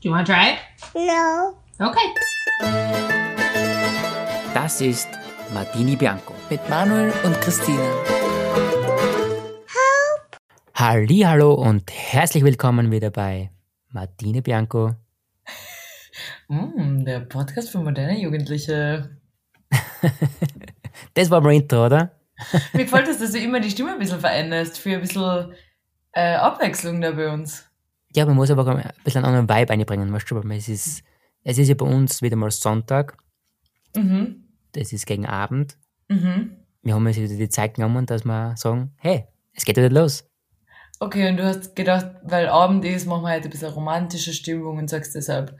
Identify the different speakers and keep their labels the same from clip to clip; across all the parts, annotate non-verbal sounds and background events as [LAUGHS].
Speaker 1: Do you want to try it?
Speaker 2: No.
Speaker 1: Okay.
Speaker 3: Das ist Martini Bianco.
Speaker 4: Mit Manuel und Christine.
Speaker 3: Hallo und herzlich willkommen wieder bei Martini Bianco.
Speaker 4: Mm, der Podcast für moderne Jugendliche.
Speaker 3: Das war mein Intro, oder?
Speaker 4: Mir gefällt es, dass du immer die Stimme ein bisschen veränderst, für ein bisschen äh, Abwechslung da bei uns.
Speaker 3: Ja, man muss aber ein bisschen einen anderen Vibe einbringen, weißt du, weil es ist, es ist ja bei uns wieder mal Sonntag,
Speaker 4: Mhm.
Speaker 3: es ist gegen Abend.
Speaker 4: Mhm.
Speaker 3: Wir haben uns wieder die Zeit genommen, dass wir sagen, hey, es geht wieder los. [LAUGHS]
Speaker 4: Okay, und du hast gedacht, weil Abend ist, machen wir halt ein bisschen romantische Stimmung und sagst deshalb,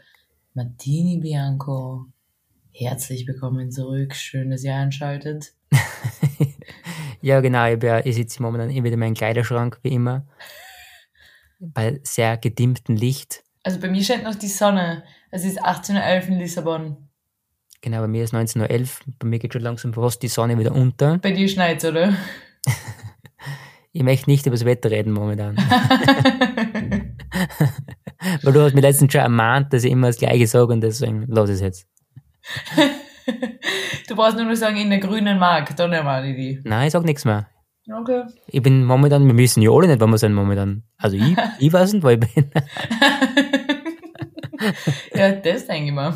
Speaker 4: Martini Bianco, herzlich willkommen zurück, schön, dass ihr einschaltet.
Speaker 3: Ja, genau, ich, bin ja- ich sitze momentan eh wieder in meinem Kleiderschrank, wie immer, bei sehr gedimmtem Licht.
Speaker 4: Also bei mir scheint noch die Sonne. Es ist 18.11 Uhr in Lissabon.
Speaker 3: Genau, bei mir ist 19.11 Uhr, bei mir geht schon langsam fast die Sonne wieder unter.
Speaker 4: Bei dir schneit's, [LAUGHS] oder?
Speaker 3: Ich möchte nicht über das Wetter reden momentan. Weil du hast mir letztens schon ermahnt, dass ich immer das Gleiche sage und deswegen lass es jetzt.
Speaker 4: Du brauchst nur noch sagen, in der grünen Mark, dann einmal die Idee.
Speaker 3: Nein, ich sag nichts mehr.
Speaker 4: Okay.
Speaker 3: Ich bin momentan, wir wissen ja alle nicht, wann wir sind momentan. Also ich, ich weiß nicht, wo ich bin.
Speaker 4: [LAUGHS] Ja, das denke ich mal.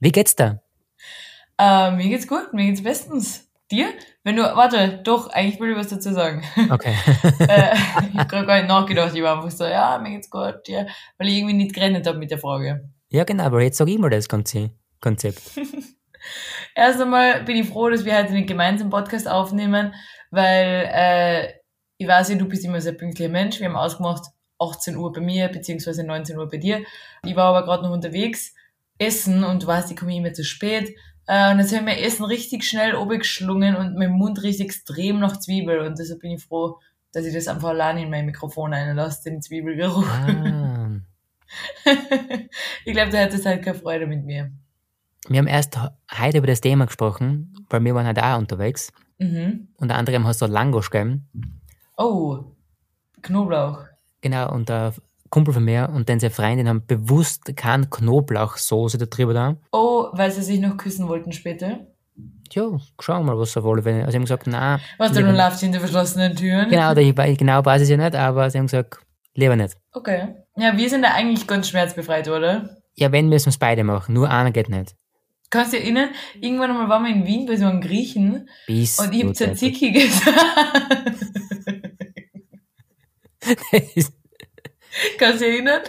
Speaker 3: Wie geht's da?
Speaker 4: Äh, mir geht's gut, mir geht's bestens. Dir? Wenn du, warte, doch, eigentlich will ich was dazu sagen.
Speaker 3: Okay. [LAUGHS]
Speaker 4: äh, ich hab grad gar nicht nachgedacht, ich war einfach so, ja, mir geht's gut, ja, weil ich irgendwie nicht geredet habe mit der Frage.
Speaker 3: Ja, genau, aber jetzt sag ich mal das ganze Konzept.
Speaker 4: Erst einmal bin ich froh, dass wir heute einen gemeinsamen Podcast aufnehmen, weil äh, ich weiß ja, du bist immer sehr pünktlicher Mensch. Wir haben ausgemacht 18 Uhr bei mir, beziehungsweise 19 Uhr bei dir. Ich war aber gerade noch unterwegs, essen und du weißt, ich komme immer zu spät. Äh, und jetzt habe ich mein Essen richtig schnell geschlungen und mein Mund riecht extrem nach Zwiebel. Und deshalb bin ich froh, dass ich das einfach alleine in mein Mikrofon einlasse, den Zwiebelgeruch. [LAUGHS]
Speaker 3: Ah.
Speaker 4: ich glaube, du hättest halt keine Freude mit mir.
Speaker 3: Wir haben erst heute über das Thema gesprochen, weil wir waren halt auch unterwegs.
Speaker 4: Mhm.
Speaker 3: Unter anderem hast du Langosch gegeben.
Speaker 4: Oh, Knoblauch.
Speaker 3: Genau, und der Kumpel von mir und dann sein Freund, den haben bewusst keine Knoblauchsoße da drüber da.
Speaker 4: Oh, weil sie sich noch küssen wollten später.
Speaker 3: Ja, schauen wir mal, was er wollen. Wenn- Also, sie haben gesagt, nein.
Speaker 4: Was du
Speaker 3: lieber
Speaker 4: nun läuft hinter verschlossenen Türen.
Speaker 3: Genau, da- ich wei- genau weiß ich ja nicht, aber sie haben gesagt, lieber nicht.
Speaker 4: Okay. Ja, wir sind da eigentlich ganz schmerzbefreit, oder?
Speaker 3: Ja, wenn müssen wir es beide machen, nur einer geht nicht.
Speaker 4: Kannst du dir erinnern, irgendwann einmal waren wir in Wien bei so einem Griechen
Speaker 3: Bis
Speaker 4: und ich hab
Speaker 3: zur
Speaker 4: Tzatziki gesagt. [LAUGHS] Kannst du dich erinnern?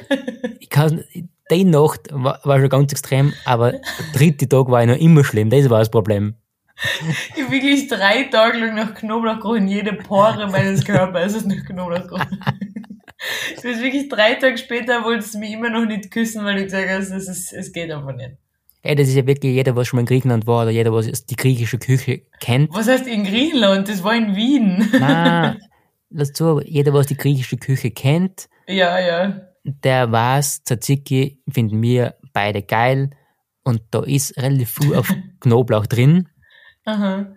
Speaker 3: [LAUGHS] Ich kann, die Nacht war, war schon ganz extrem, aber der dritte Tag war ja noch immer schlimm, das war das Problem.
Speaker 4: Ich hab wirklich drei Tage lang nach Knoblauch gerochen. Jede Pore meines Körpers ist nach Knoblauch gerochen. [LAUGHS] Du bist wirklich drei Tage später, wolltest du mich immer noch nicht küssen, weil du gesagt hast, es, ist, es geht einfach nicht.
Speaker 3: Ey, das ist ja wirklich jeder, was schon mal in Griechenland war oder jeder, was die griechische Küche kennt. [LAUGHS]
Speaker 4: Was heißt in Griechenland? Das war in Wien. [LAUGHS]
Speaker 3: Nein, lass zu, jeder, was die griechische Küche kennt,
Speaker 4: Ja, ja.
Speaker 3: der weiß, Tzatziki finden wir beide geil und da ist relativ viel
Speaker 4: [LAUGHS]
Speaker 3: auf Knoblauch drin.
Speaker 4: Aha.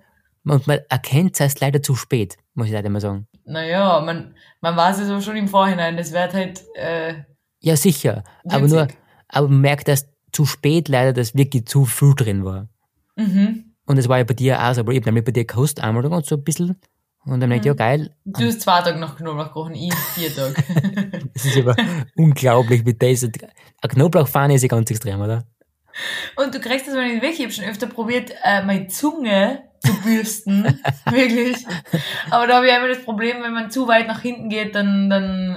Speaker 3: Und man erkennt es erst leider zu spät, muss ich leider mal sagen.
Speaker 4: Naja, man, man weiß es aber schon im Vorhinein. Das wird halt äh,
Speaker 3: Ja, sicher. Aber
Speaker 4: Witzig.
Speaker 3: nur, aber man merkt erst zu spät leider, dass wirklich zu viel drin war.
Speaker 4: mhm.
Speaker 3: Und das war ja bei dir auch so, aber ich hab nämlich bei dir gehust einmal und so ein bisschen. Und dann merkt ich, ja geil,
Speaker 4: Du hast zwei Tage nach Knoblauch gekochen, ich
Speaker 3: [LAUGHS]
Speaker 4: vier Tage.
Speaker 3: das ist aber unglaublich mit dieser. Eine Knoblauchfahne ist ja ganz extrem, oder?
Speaker 4: Und du kriegst das mal nicht weg. Ich habe schon öfter probiert, äh, meine Zunge zu
Speaker 3: [LAUGHS]
Speaker 4: bürsten. Wirklich. Aber da habe ich immer das Problem, wenn man zu weit nach hinten geht, dann, dann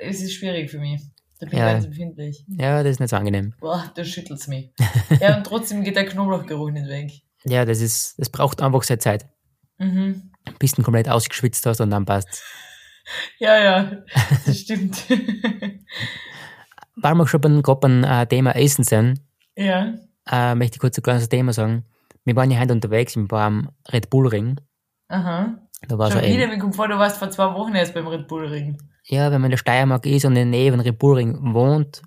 Speaker 4: äh, ist es schwierig für mich. Da bin
Speaker 3: Ja.
Speaker 4: ich ganz empfindlich.
Speaker 3: Ja, das ist nicht so angenehm.
Speaker 4: Boah, du schüttelst mich. ja, und trotzdem geht der Knoblauchgeruch nicht weg.
Speaker 3: Ja, das ist, das braucht einfach seine Zeit.
Speaker 4: Mhm.
Speaker 3: Bis du komplett ausgeschwitzt hast und dann passt.
Speaker 4: Ja, ja, das stimmt. [LAUGHS]
Speaker 3: Weil wir schon beim gerade beim äh, Thema Essen sind,
Speaker 4: ja.
Speaker 3: äh, möchte ich kurz ein kleines Thema sagen. Wir waren ja heute unterwegs, wir waren am Red Bull Ring.
Speaker 4: Aha.
Speaker 3: Da war
Speaker 4: Schon
Speaker 3: so ein-
Speaker 4: wieder, mir kommt vor, du warst vor zwei Wochen erst beim Red Bull Ring.
Speaker 3: Ja, wenn man in der Steiermark ist und in der Nähe von Rebullring wohnt,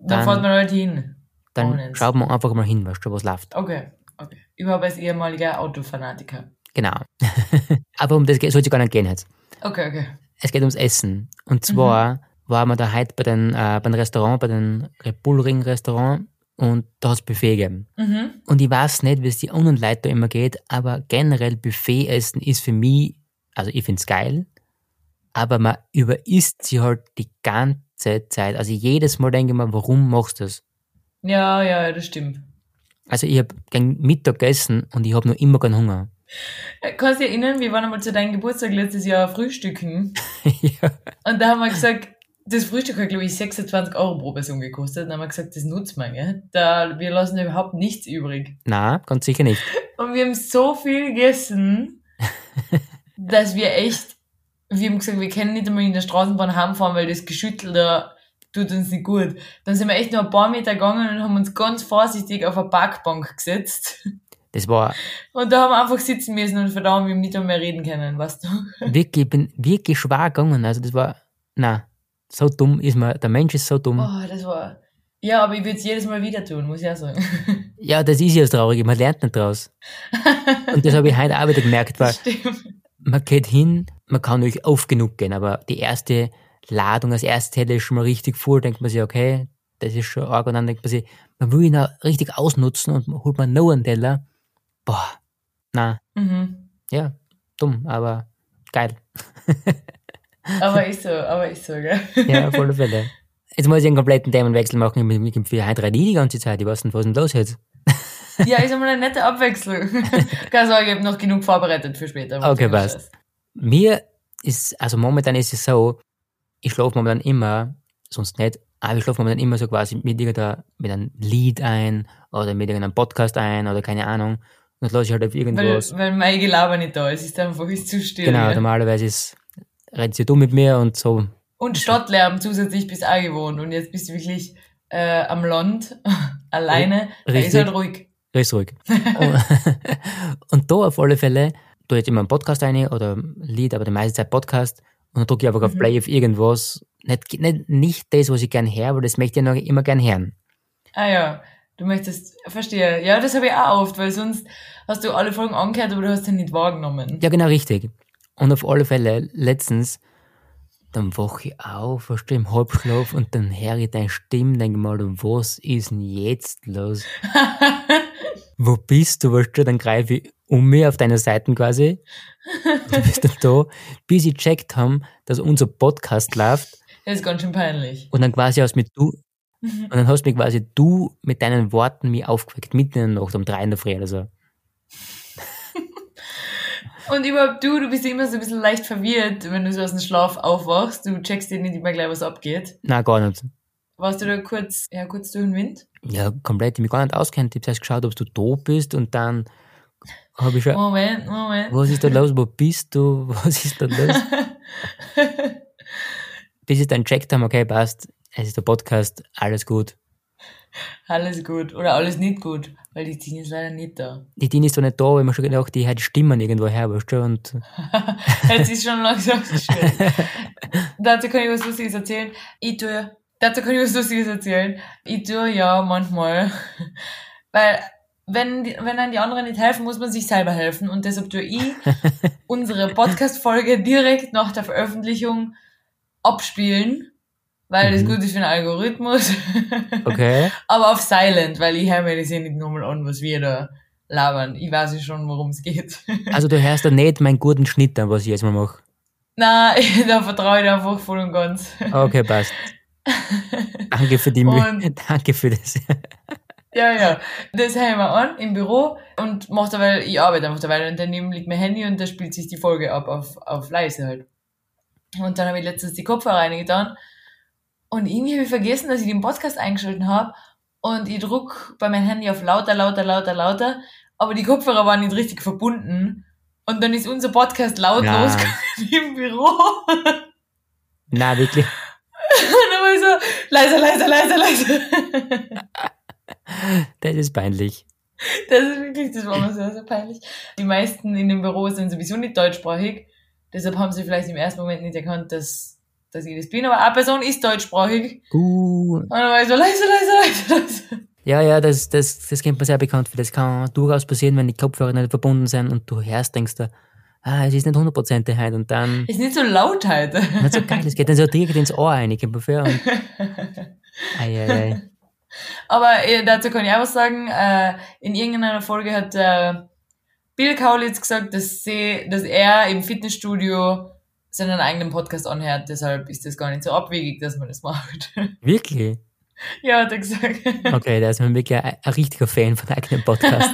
Speaker 4: Da
Speaker 3: Dann-
Speaker 4: fährt man halt hin.
Speaker 3: dann
Speaker 4: Ohne es.
Speaker 3: schaut man einfach mal hin, weißt du, was läuft.
Speaker 4: Okay, okay. Überhaupt als ehemaliger Autofanatiker.
Speaker 3: Genau. [LAUGHS] Aber um das soll es gar nicht gehen jetzt.
Speaker 4: Okay, okay. Mhm.
Speaker 3: Es geht ums Essen. Und zwar waren wir da heute bei den, äh, beim Restaurant, bei dem Red Bull Ring Restaurant und da hat Buffet gegeben.
Speaker 4: Mhm.
Speaker 3: Und ich weiß nicht, wie es die anderen Leute da immer geht, aber generell Buffet essen ist für mich, also ich find's geil, aber man überisst sie halt die ganze Zeit. Also jedes Mal denke ich mir, warum machst du das?
Speaker 4: Ja, ja, ja, das stimmt.
Speaker 3: Also ich habe gegen Mittag gegessen und ich habe noch immer keinen Hunger.
Speaker 4: Äh, Kannst du dich erinnern, wir waren einmal zu deinem Geburtstag letztes Jahr frühstücken
Speaker 3: ja.
Speaker 4: und da haben wir gesagt, das Frühstück hat, glaube ich, 26 Euro pro Person gekostet. Dann haben wir gesagt, das nutzt man, gell? Da, wir lassen überhaupt nichts übrig.
Speaker 3: Na, ganz sicher nicht.
Speaker 4: Und wir haben so
Speaker 3: [LAUGHS]
Speaker 4: viel gegessen, dass wir echt, wir haben gesagt, wir können nicht einmal in der Straßenbahn heimfahren, weil das Geschüttel da tut uns nicht gut. Dann sind wir echt nur ein paar Meter gegangen und haben uns ganz vorsichtig auf eine Parkbank gesetzt.
Speaker 3: Das war
Speaker 4: Und da haben wir einfach sitzen müssen und verdammt, wir haben nicht einmal reden können, weißt du?
Speaker 3: Mhm. wirklich, ich bin wirklich schwer gegangen. Also das war, na, so dumm ist man, der Mensch ist so dumm.
Speaker 4: Oh, das war, ja, aber ich würde es jedes Mal wieder tun, muss ich auch sagen.
Speaker 3: Ja, das ist ja das Traurige, man lernt nicht draus. Und das habe ich heute auch wieder gemerkt, weil
Speaker 4: [LAUGHS] Stimmt.
Speaker 3: man geht hin, man kann natürlich oft genug gehen, aber die erste Ladung, das erste Teller ist schon mal richtig voll, denkt man sich, okay, das ist schon arg, und dann denkt man sich, man will ihn auch richtig ausnutzen und holt man noch einen Teller. Boah, na,
Speaker 4: Mhm.
Speaker 3: ja, dumm, aber geil.
Speaker 4: Aber ist so, aber ist so,
Speaker 3: [LAUGHS]
Speaker 4: gell?
Speaker 3: Ja, auf alle Fälle. Jetzt muss ich einen kompletten Themenwechsel machen, ich bin- ich bin für heute ready die ganze Zeit, ich weiß nicht, was denn los jetzt.
Speaker 4: Ja, ist einmal eine nette
Speaker 3: [LAUGHS]
Speaker 4: Abwechslung. Keine Sorge, ich habe noch genug vorbereitet für später.
Speaker 3: Okay, passt. Mir ist, also momentan ist es so, ich schlafe momentan immer, sonst nicht, aber ich schlafe momentan immer so quasi mit, irgendeiner, mit einem Lied ein oder mit irgendeinem Podcast ein oder keine Ahnung. Und das lasse ich halt auf
Speaker 4: Weil,
Speaker 3: irgendwas.
Speaker 4: weil mein Gelaber nicht da ist, ist einfach ist zu still.
Speaker 3: genau,
Speaker 4: ja.
Speaker 3: normalerweise ist, redest du mit mir und so.
Speaker 4: Und Stadtlärm zusätzlich bist du auch gewohnt und jetzt bist du wirklich äh, am Land, [LAUGHS] alleine. Da
Speaker 3: Richtig.
Speaker 4: ist halt ruhig.
Speaker 3: Grüß ruhig. und, und da auf alle Fälle tue ich jetzt immer einen Podcast rein oder ein Lied, aber die meiste Zeit Podcast. Und dann drücke ich einfach auf
Speaker 4: Mhm.
Speaker 3: Play auf irgendwas. Nicht, nicht, nicht das, was ich gern höre, aber das möchte ich noch immer gern hören.
Speaker 4: Ah ja, du möchtest, verstehe. Ja, das habe ich auch oft, weil sonst hast du alle Folgen angehört, aber du hast sie nicht wahrgenommen.
Speaker 3: Ja, genau, richtig. Und auf alle Fälle, letztens, dann wach ich auf, verstehe im Halbschlaf und dann höre ich deine Stimme, denke mal, was ist denn jetzt los? Wo bist du, weißt du? Dann greife ich um mich auf deine Seiten quasi. Du bist dann da, bis sie checkt haben, dass unser Podcast läuft
Speaker 4: Das ist ganz schön peinlich.
Speaker 3: und dann quasi hast mit du, und dann hast mich quasi du mit deinen Worten mich aufgeweckt, mitten in der Nacht um drei in der Früh oder so.
Speaker 4: Und überhaupt du, du bist immer so ein bisschen leicht verwirrt, wenn du so aus dem Schlaf aufwachst. Du checkst dir nicht immer gleich, was abgeht.
Speaker 3: Na gar nicht.
Speaker 4: Warst du da kurz, ja, kurz durch den Wind?
Speaker 3: ja, komplett mich gar nicht auskennt. Ich habe zuerst geschaut, ob du da bist und dann habe ich schon,
Speaker 4: Moment, Moment.
Speaker 3: was ist da los, wo bist du, [LAUGHS] was ist da los? Bis ich dann checkt haben, okay, passt, es ist der Podcast, alles gut.
Speaker 4: Alles gut. Oder alles nicht gut, weil die Tine ist leider nicht da.
Speaker 3: Die Dini ist doch nicht da, weil man schon gedacht, die hat Stimmen irgendwo her, weißt du, und
Speaker 4: Jetzt ist schon langsam so schön. Dazu kann ich was Lustiges erzählen. Ich tue, dazu kann ich was Lustiges erzählen. Ich tue ja manchmal. [LAUGHS] Weil, wenn, die- wenn einem die anderen nicht helfen, muss man sich selber helfen. Und deshalb tue ich unsere Podcast-Folge direkt nach der Veröffentlichung abspielen. Weil das
Speaker 3: Mhm.
Speaker 4: gut ist für den Algorithmus.
Speaker 3: okay,
Speaker 4: Aber auf Silent, weil ich höre mir das ja nicht nochmal an, was wir da labern. Ich weiß ja schon, worum es geht. [LAUGHS]
Speaker 3: also du hörst da nicht meinen guten Schnitt an, was ich jetzt mal mache.
Speaker 4: Na, [LAUGHS] da vertraue ich dir einfach voll und ganz. [LAUGHS]
Speaker 3: Okay, passt. Danke für die Mühe, [LAUGHS]
Speaker 4: Und-
Speaker 3: danke für das.
Speaker 4: Ja, ja. Das höre ich mir an im Büro und mache dabei, ich arbeite einfach dabei und daneben liegt mein Handy und da spielt sich die Folge ab auf, auf leise halt. Und dann habe ich letztens die Kopfhörer reingetan und irgendwie habe ich vergessen, dass ich den Podcast eingeschalten habe und ich druck bei meinem Handy auf lauter, lauter, lauter, lauter, aber die Kopfhörer waren nicht richtig verbunden und dann ist unser Podcast laut
Speaker 3: Nein.
Speaker 4: losgegangen [LAUGHS] im Büro.
Speaker 3: Na wirklich.
Speaker 4: Und dann war ich so, leiser, leiser, leiser, leiser.
Speaker 3: Das ist peinlich.
Speaker 4: Das ist wirklich, das war mir sehr, sehr peinlich. Die meisten in dem Büro sind sowieso nicht deutschsprachig. Deshalb haben sie vielleicht im ersten Moment nicht erkannt, dass, dass ich das bin. Aber eine Person ist deutschsprachig.
Speaker 3: Uh,
Speaker 4: Und dann war ich so leise, leise, leise, leise.
Speaker 3: Ja, ja, das, das, das kennt man sehr bekannt. vor. Das kann durchaus passieren, wenn die Kopfhörer nicht verbunden sind und du hörst, denkst du, ah, es ist nicht 100% der Heid und
Speaker 4: [LAUGHS]
Speaker 3: dann,
Speaker 4: Ist nicht so laut heute. [LAUGHS]
Speaker 3: nicht so geil, es geht dann so direkt ins Ohr rein, ich hab vorher und, ei, ei, ei.
Speaker 4: Aber äh, dazu kann ich auch was sagen. Äh, in irgendeiner Folge hat äh, Bill Kaulitz gesagt, dass, sie, dass er im Fitnessstudio seinen eigenen Podcast anhört. Deshalb ist das gar nicht so abwegig, dass man das macht. [LAUGHS]
Speaker 3: Wirklich?
Speaker 4: ja, hat er gesagt.
Speaker 3: Okay, da ist man wirklich ein, ein richtiger Fan von eigenen
Speaker 4: [LAUGHS]
Speaker 3: Podcast.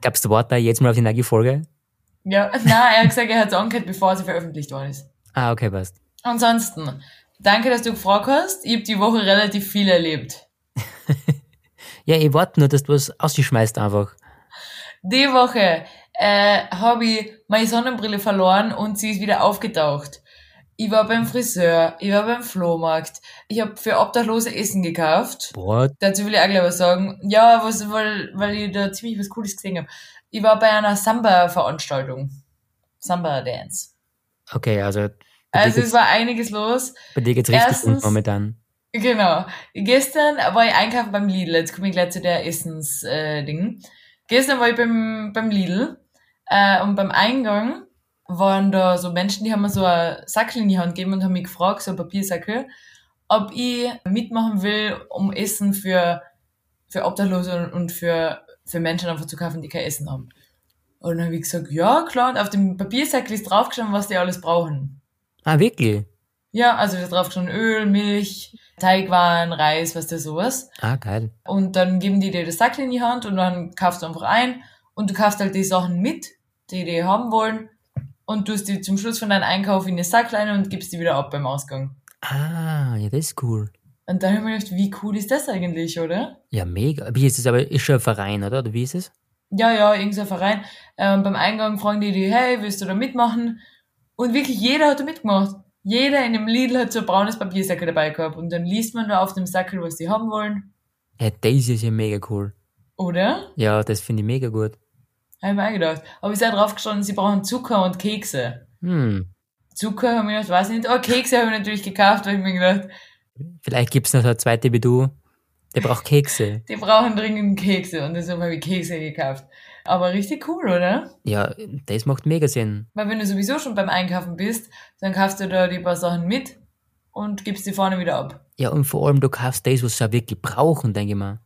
Speaker 3: Gab's das Wort da jetzt mal auf die neue Folge?
Speaker 4: [LAUGHS] ja, na, er hat gesagt, er hat es angehört, bevor sie veröffentlicht worden ist.
Speaker 3: Ah, okay, passt.
Speaker 4: Ansonsten, danke, dass du gefragt hast. Ich habe die Woche relativ viel erlebt.
Speaker 3: Ja, ich warte nur, dass du was ausschmeißt einfach.
Speaker 4: Die Woche äh, habe ich meine Sonnenbrille verloren und sie ist wieder aufgetaucht. Ich war beim Friseur, ich war beim Flohmarkt, ich habe für Obdachlose Essen gekauft.
Speaker 3: What?
Speaker 4: Dazu will ich auch gleich was sagen. Ja, was, weil, weil ich da ziemlich was Cooles gesehen habe. Ich war bei einer Samba-Veranstaltung. Samba-Dance.
Speaker 3: Okay, also bei,
Speaker 4: Also
Speaker 3: dir
Speaker 4: es
Speaker 3: geht's,
Speaker 4: war einiges los.
Speaker 3: bei dir geht's richtig
Speaker 4: erstens-
Speaker 3: gut momentan.
Speaker 4: Genau. Gestern war ich einkaufen beim Lidl. Jetzt komme ich gleich zu der Essens-Ding. Äh, Ding. Gestern war ich beim, beim Lidl äh, und beim Eingang waren da so Menschen, die haben mir so einen Sackel in die Hand gegeben und haben mich gefragt, so einen Papiersackel, ob ich mitmachen will, um Essen für, für Obdachlose und- und für, für Menschen einfach zu kaufen, die kein Essen haben. Und dann habe ich gesagt, ja, klar. Und auf dem Papiersackel ist draufgestanden, was die alles brauchen.
Speaker 3: Ah, wirklich?
Speaker 4: Ja, also da drauf schon Öl, Milch, Teigwaren, Reis, was der sowas.
Speaker 3: Ah, geil.
Speaker 4: Und dann geben die dir das Sackel in die Hand und dann kaufst du einfach ein und du kaufst halt die Sachen mit, die die haben wollen und tust die zum Schluss von deinem Einkauf in den Sack rein und gibst die wieder ab beim Ausgang.
Speaker 3: Ah, ja, das ist cool.
Speaker 4: Und dann habe ich mir gedacht, wie cool ist das eigentlich, oder?
Speaker 3: Ja, mega. Wie ist es aber? Ist schon ein Verein, oder? Oder wie ist es?
Speaker 4: Ja, ja, irgendein Verein. Ähm, beim Eingang fragen die die, hey, willst du da mitmachen? Und wirklich jeder hat da mitgemacht. Jeder in dem Lidl hat so ein braunes Papiersäckel dabei gehabt und dann liest man nur auf dem Sackel, was die haben wollen,
Speaker 3: Ja, das ist ja mega cool.
Speaker 4: oder?
Speaker 3: Ja, das finde ich mega gut.
Speaker 4: Hab ich mir auch gedacht. Aber ich sei drauf gestanden, sie brauchen Zucker und Kekse.
Speaker 3: Hm.
Speaker 4: Zucker habe ich mir gedacht, weiß nicht. Oh, Kekse habe ich natürlich gekauft, weil ich mir gedacht,
Speaker 3: Vielleicht gibt's noch so eine zweite wie du. Der braucht Kekse.
Speaker 4: die brauchen dringend Kekse. Und deshalb habe ich Kekse gekauft. Aber richtig cool, oder?
Speaker 3: Ja, das macht mega Sinn.
Speaker 4: Weil wenn du sowieso schon beim Einkaufen bist, dann kaufst du da die paar Sachen mit und gibst die vorne wieder ab.
Speaker 3: Ja, und vor allem, du kaufst das, was sie auch wirklich brauchen, denke ich mal.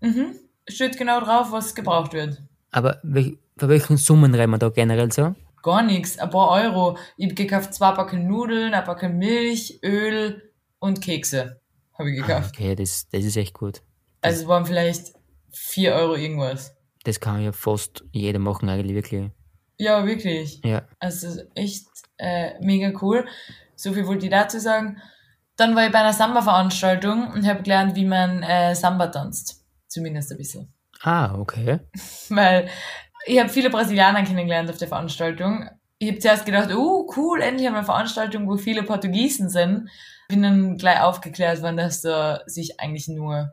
Speaker 4: Mhm. Steht genau drauf, was gebraucht wird.
Speaker 3: Aber wel- bei welchen Summen reden wir da generell so?
Speaker 4: Gar nichts, ein paar Euro. Ich habe gekauft zwei Packen Nudeln, ein Packen Milch, Öl und Kekse. Habe ich
Speaker 3: Ah,
Speaker 4: gekauft.
Speaker 3: okay, das, das ist echt gut.
Speaker 4: Also es waren vielleicht vier Euro irgendwas.
Speaker 3: Das kann ja fast jeder machen, eigentlich wirklich.
Speaker 4: Ja, wirklich.
Speaker 3: Ja.
Speaker 4: Also es ist echt äh, mega cool. So viel wollte ich dazu sagen. Dann war ich bei einer Samba-Veranstaltung und habe gelernt, wie man äh, Samba tanzt. Zumindest ein bisschen. [LAUGHS]
Speaker 3: Ah, okay.
Speaker 4: Weil ich habe viele Brasilianer kennengelernt auf der Veranstaltung. Ich habe zuerst gedacht, oh cool, endlich haben wir eine Veranstaltung, wo viele Portugiesen sind. Bin dann gleich aufgeklärt worden, dass da sich eigentlich nur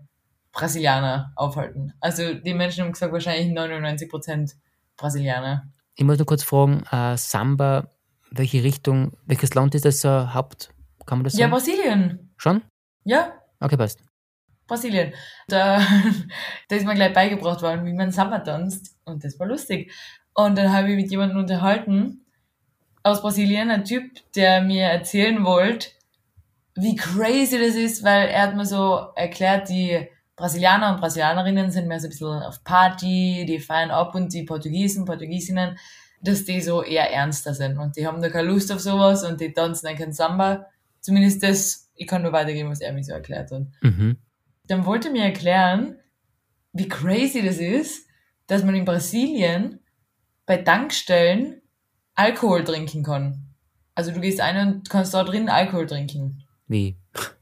Speaker 4: Brasilianer aufhalten. Also die Menschen haben gesagt, wahrscheinlich 99% Brasilianer.
Speaker 3: Ich muss nur kurz fragen, äh, Samba, welche Richtung, welches Land ist das äh, Haupt? Kann man das
Speaker 4: Ja,
Speaker 3: sagen?
Speaker 4: Brasilien.
Speaker 3: Schon?
Speaker 4: Ja,
Speaker 3: Okay, passt.
Speaker 4: Brasilien. Da, [LAUGHS] da ist mir gleich beigebracht worden, wie man Samba tanzt. Und das war lustig. Und dann habe ich mit jemandem unterhalten aus Brasilien, ein Typ, der mir erzählen wollte, wie crazy das ist, weil er hat mir so erklärt, die Brasilianer und Brasilianerinnen sind mehr so ein bisschen auf Party, die feiern ab und die Portugiesen, Portugiesinnen, dass die so eher ernster sind und die haben da keine Lust auf sowas und die tanzen dann kein Samba. Zumindest das, ich kann nur weitergeben, was er mir so erklärt hat
Speaker 3: Mhm.
Speaker 4: dann wollte er mir erklären, wie crazy das ist, dass man in Brasilien bei Tankstellen Alkohol trinken kann. Also du gehst ein und kannst dort drin Alkohol trinken.
Speaker 3: Wie?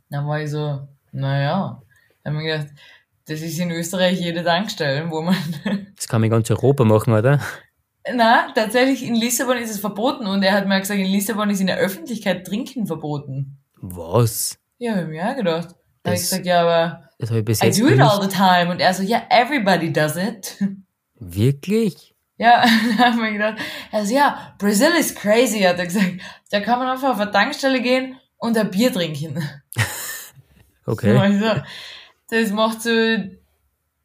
Speaker 4: Dann war ich so, naja. Dann habe ich gedacht, das ist in Österreich jede Tankstelle, wo man... [LAUGHS]
Speaker 3: Das kann man in ganz Europa machen, oder?
Speaker 4: Na, tatsächlich in Lissabon ist es verboten und er hat mir gesagt, in Lissabon ist in der Öffentlichkeit Trinken verboten.
Speaker 3: Was?
Speaker 4: Ja, habe ich mir auch gedacht. Da habe ich
Speaker 3: Das-
Speaker 4: gesagt, ja, aber
Speaker 3: Das habe ich bis
Speaker 4: I
Speaker 3: jetzt
Speaker 4: do it
Speaker 3: nicht-
Speaker 4: all the time. Und er so, yeah, everybody does it.
Speaker 3: Wirklich?
Speaker 4: Ja, [LAUGHS] da haben wir gedacht, also ja, Brazil ist crazy, hat er gesagt. Da kann man einfach auf eine Tankstelle gehen und ein Bier trinken. [LAUGHS]
Speaker 3: Okay.
Speaker 4: Also, das macht so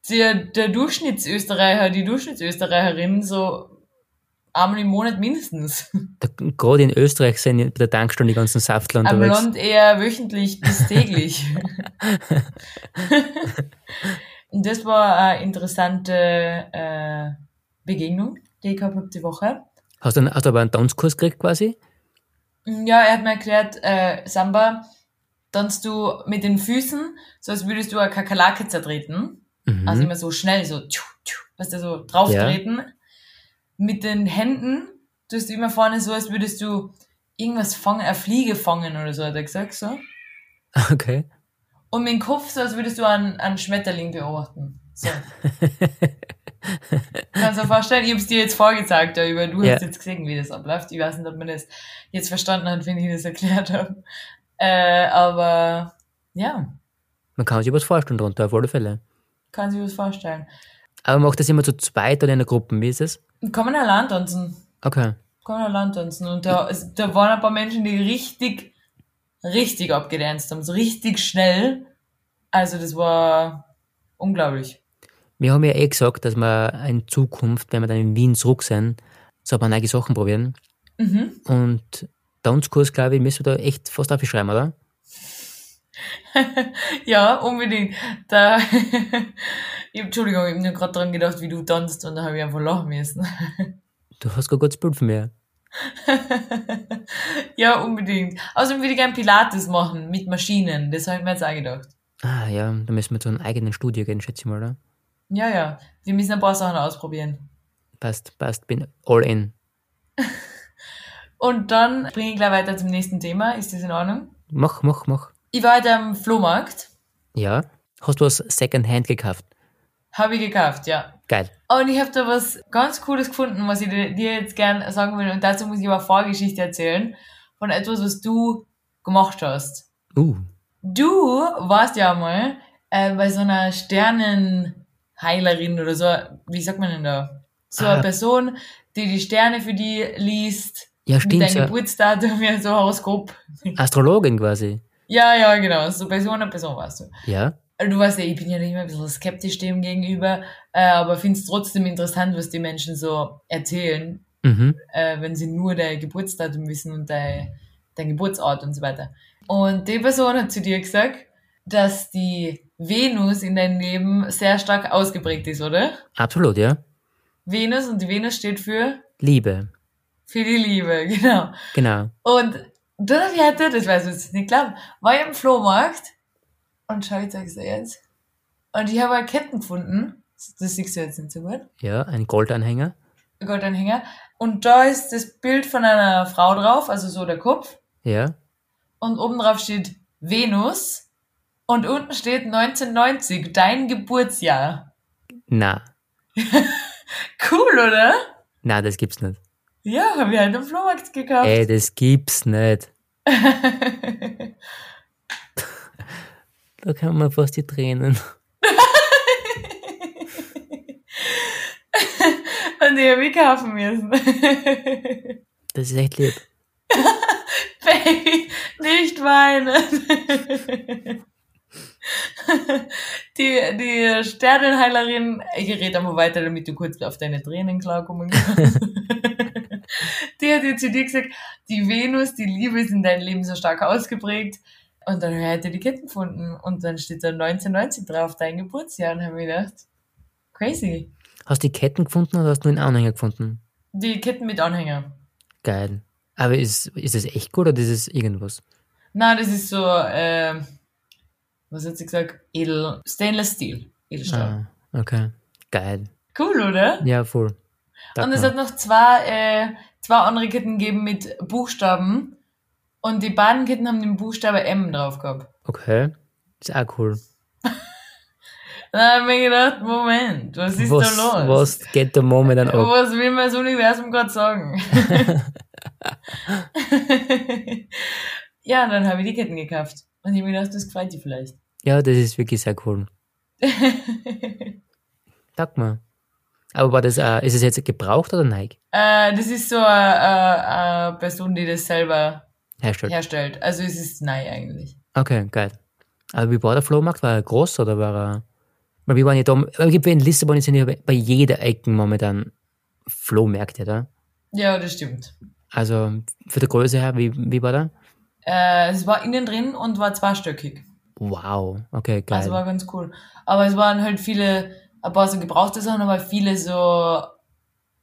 Speaker 4: der, der Durchschnittsösterreicher, die Durchschnittsösterreicherin so einmal im Monat mindestens.
Speaker 3: Da, gerade in Österreich sind bei der Tankstelle die ganzen Saftler
Speaker 4: Am
Speaker 3: unterwegs.
Speaker 4: Land eher wöchentlich bis
Speaker 3: [LAUGHS]
Speaker 4: täglich. Und das war eine interessante äh, Begegnung, die ich gehabt habe die Woche.
Speaker 3: Hast du, einen- hast du aber einen Tanzkurs gekriegt quasi?
Speaker 4: Mm, Ja, er hat mir erklärt, äh, Samba, tanzt du mit den Füßen, so als würdest du eine Kakerlake zertreten.
Speaker 3: Mhm.
Speaker 4: Also immer so schnell, so, tschu, tschu, weißt du, so drauftreten. Mit den Händen tust du immer vorne so, als würdest du irgendwas fangen, eine Fliege fangen oder so, hat er gesagt, so.
Speaker 3: okay.
Speaker 4: Und mit dem Um Kopf so, als würdest du einen, einen Schmetterling beobachten. So. Kannst du dir vorstellen? Ich hab's dir jetzt vorgezeigt, aber du
Speaker 3: Ja.
Speaker 4: hast jetzt gesehen, wie das abläuft. Ich weiß nicht, ob man das jetzt verstanden hat, wenn ich das erklärt habe. Äh, aber ja,
Speaker 3: Man kann sich was vorstellen darunter, auf alle Fälle.
Speaker 4: kann sich was vorstellen.
Speaker 3: Aber macht das immer zu zweit oder in der Gruppe? Wie ist es?
Speaker 4: Kann man allein tanzen.
Speaker 3: Okay.
Speaker 4: Kann man allein tanzen. Und da, es, da waren ein paar Menschen, die richtig, richtig abgedanzt haben. So richtig schnell. Also das war unglaublich.
Speaker 3: Wir haben ja eh gesagt, dass wir in Zukunft, wenn wir dann in Wien zurück sind, so ein paar neue Sachen probieren.
Speaker 4: Mhm.
Speaker 3: Und Tanzkurs, glaube ich, müssen wir da echt fast aufschreiben, oder?
Speaker 4: Ja, unbedingt. Da, [LAUGHS] ich, Entschuldigung, ich habe nur gerade dran gedacht, wie du tanzt und da habe ich einfach lachen müssen. [LAUGHS]
Speaker 3: Du hast gar gutes Bild von mir.
Speaker 4: ja, unbedingt. Außerdem würde ich gerne Pilates machen mit Maschinen. Das habe ich mir jetzt auch gedacht.
Speaker 3: Ah ja, da müssen wir zu einem eigenen Studio gehen, schätze ich mal, oder?
Speaker 4: Ja, ja. Wir müssen ein paar Sachen ausprobieren.
Speaker 3: Passt, passt, bin all in.
Speaker 4: Und dann springe ich gleich weiter zum nächsten Thema. Ist das in Ordnung?
Speaker 3: Mach, mach, mach.
Speaker 4: Ich war heute am Flohmarkt.
Speaker 3: Ja. Hast du was Secondhand gekauft?
Speaker 4: Habe ich gekauft, ja.
Speaker 3: Geil.
Speaker 4: Und ich habe da was ganz Cooles gefunden, was ich dir dir jetzt gern sagen will. Und dazu muss ich aber eine Vorgeschichte erzählen von etwas, was du gemacht hast.
Speaker 3: Uh,
Speaker 4: Du warst ja mal äh, bei so einer Sternenheilerin oder so, wie sagt man denn da? So
Speaker 3: Ah.
Speaker 4: eine Person, die die Sterne für die liest,
Speaker 3: ja
Speaker 4: mit
Speaker 3: stimmt,
Speaker 4: deinem
Speaker 3: so
Speaker 4: Geburtsdatum, ja, so Horoskop.
Speaker 3: Astrologin quasi.
Speaker 4: Ja, ja, genau, so bei so einer Person warst du. Also
Speaker 3: Ja,
Speaker 4: Du weißt ja, ich bin ja immer ein bisschen skeptisch dem gegenüber, äh, aber find's trotzdem interessant, was die Menschen so erzählen,
Speaker 3: mhm.
Speaker 4: äh, wenn sie nur dein Geburtsdatum wissen und dein, dein Geburtsort und so weiter. Und die Person hat zu dir gesagt, dass die Venus in deinem Leben sehr stark ausgeprägt ist, oder?
Speaker 3: Absolut, ja.
Speaker 4: Venus und die Venus steht für,
Speaker 3: Liebe,
Speaker 4: für die Liebe, [LAUGHS] genau.
Speaker 3: genau.
Speaker 4: Und dann hab ich hatte, das weiß ich jetzt nicht glauben, war ich im Flohmarkt und schau, ich zeig's dir jetzt. Und ich habe eine Ketten gefunden, das siehst du jetzt nicht so gut,
Speaker 3: Ja, ein Goldanhänger.
Speaker 4: Goldanhänger. Und da ist das Bild von einer Frau drauf, also so der Kopf.
Speaker 3: Ja,
Speaker 4: und oben drauf steht Venus und unten steht 1990, dein Geburtsjahr.
Speaker 3: na,
Speaker 4: Cool, oder?
Speaker 3: na, das gibt's nicht.
Speaker 4: Ja, haben wir halt am Flohmarkt gekauft.
Speaker 3: Ey, das gibt's nicht. Da kann man fast die Tränen.
Speaker 4: [LAUGHS] und die habe ich kaufen müssen.
Speaker 3: Das ist echt lieb.
Speaker 4: Baby, [LAUGHS] nicht weinen. Die, die Sternenheilerin, ich rede einmal weiter, damit du kurz auf deine Tränen klarkommen kannst. die hat jetzt zu dir gesagt, die Venus, die Liebe ist in deinem Leben so stark ausgeprägt. Und dann hat er die Ketten gefunden. Und dann steht da 1990 drauf, dein Geburtsjahr. Und hab ich gedacht, crazy.
Speaker 3: Hast du die Ketten gefunden oder hast du nur einen Anhänger gefunden?
Speaker 4: Die Ketten mit Anhänger.
Speaker 3: Geil. Aber ist, ist das echt gut oder ist es irgendwas?
Speaker 4: Na, das ist so, äh, was hat sie gesagt? Edel, Stainless Steel. Edelstahl.
Speaker 3: Ah, okay. Geil.
Speaker 4: Cool, oder?
Speaker 3: Ja, voll. Dank
Speaker 4: Und es
Speaker 3: mal.
Speaker 4: hat noch zwei, äh, zwei andere Ketten gegeben mit Buchstaben. Und die beiden Ketten haben den Buchstabe M drauf gehabt.
Speaker 3: Okay. Ist auch cool.
Speaker 4: Da habe ich mir gedacht, Moment, was ist
Speaker 3: was,
Speaker 4: da los?
Speaker 3: was geht da momentan ab?
Speaker 4: Was will mir das Universum gerade
Speaker 3: [LAUGHS]
Speaker 4: sagen? ja, und dann habe ich die Ketten gekauft. Und ich habe mir gedacht, das gefällt dir vielleicht.
Speaker 3: Ja, das ist wirklich sehr
Speaker 4: [LAUGHS]
Speaker 3: cool. Sag mal. Aber war das, äh, ist es jetzt gebraucht oder Nike?
Speaker 4: Äh, das ist so eine, eine, eine Person, die das selber
Speaker 3: Herstellt.
Speaker 4: herstellt. Also es ist nein eigentlich.
Speaker 3: Okay, geil. Aber wie war der Flohmarkt? War er groß oder war er. Weil wir waren ja da. Ich glaube, in Lissabon sind ja bei bei jeder Ecke momentan Flohmärkte, da.
Speaker 4: Ja, das stimmt.
Speaker 3: Also für die Größe her, wie, wie war der?
Speaker 4: Äh, es war innen drin und war zweistöckig.
Speaker 3: Wow, okay, geil.
Speaker 4: Also war ganz cool. Aber es waren halt viele, ein paar so gebrauchte Sachen, aber viele so,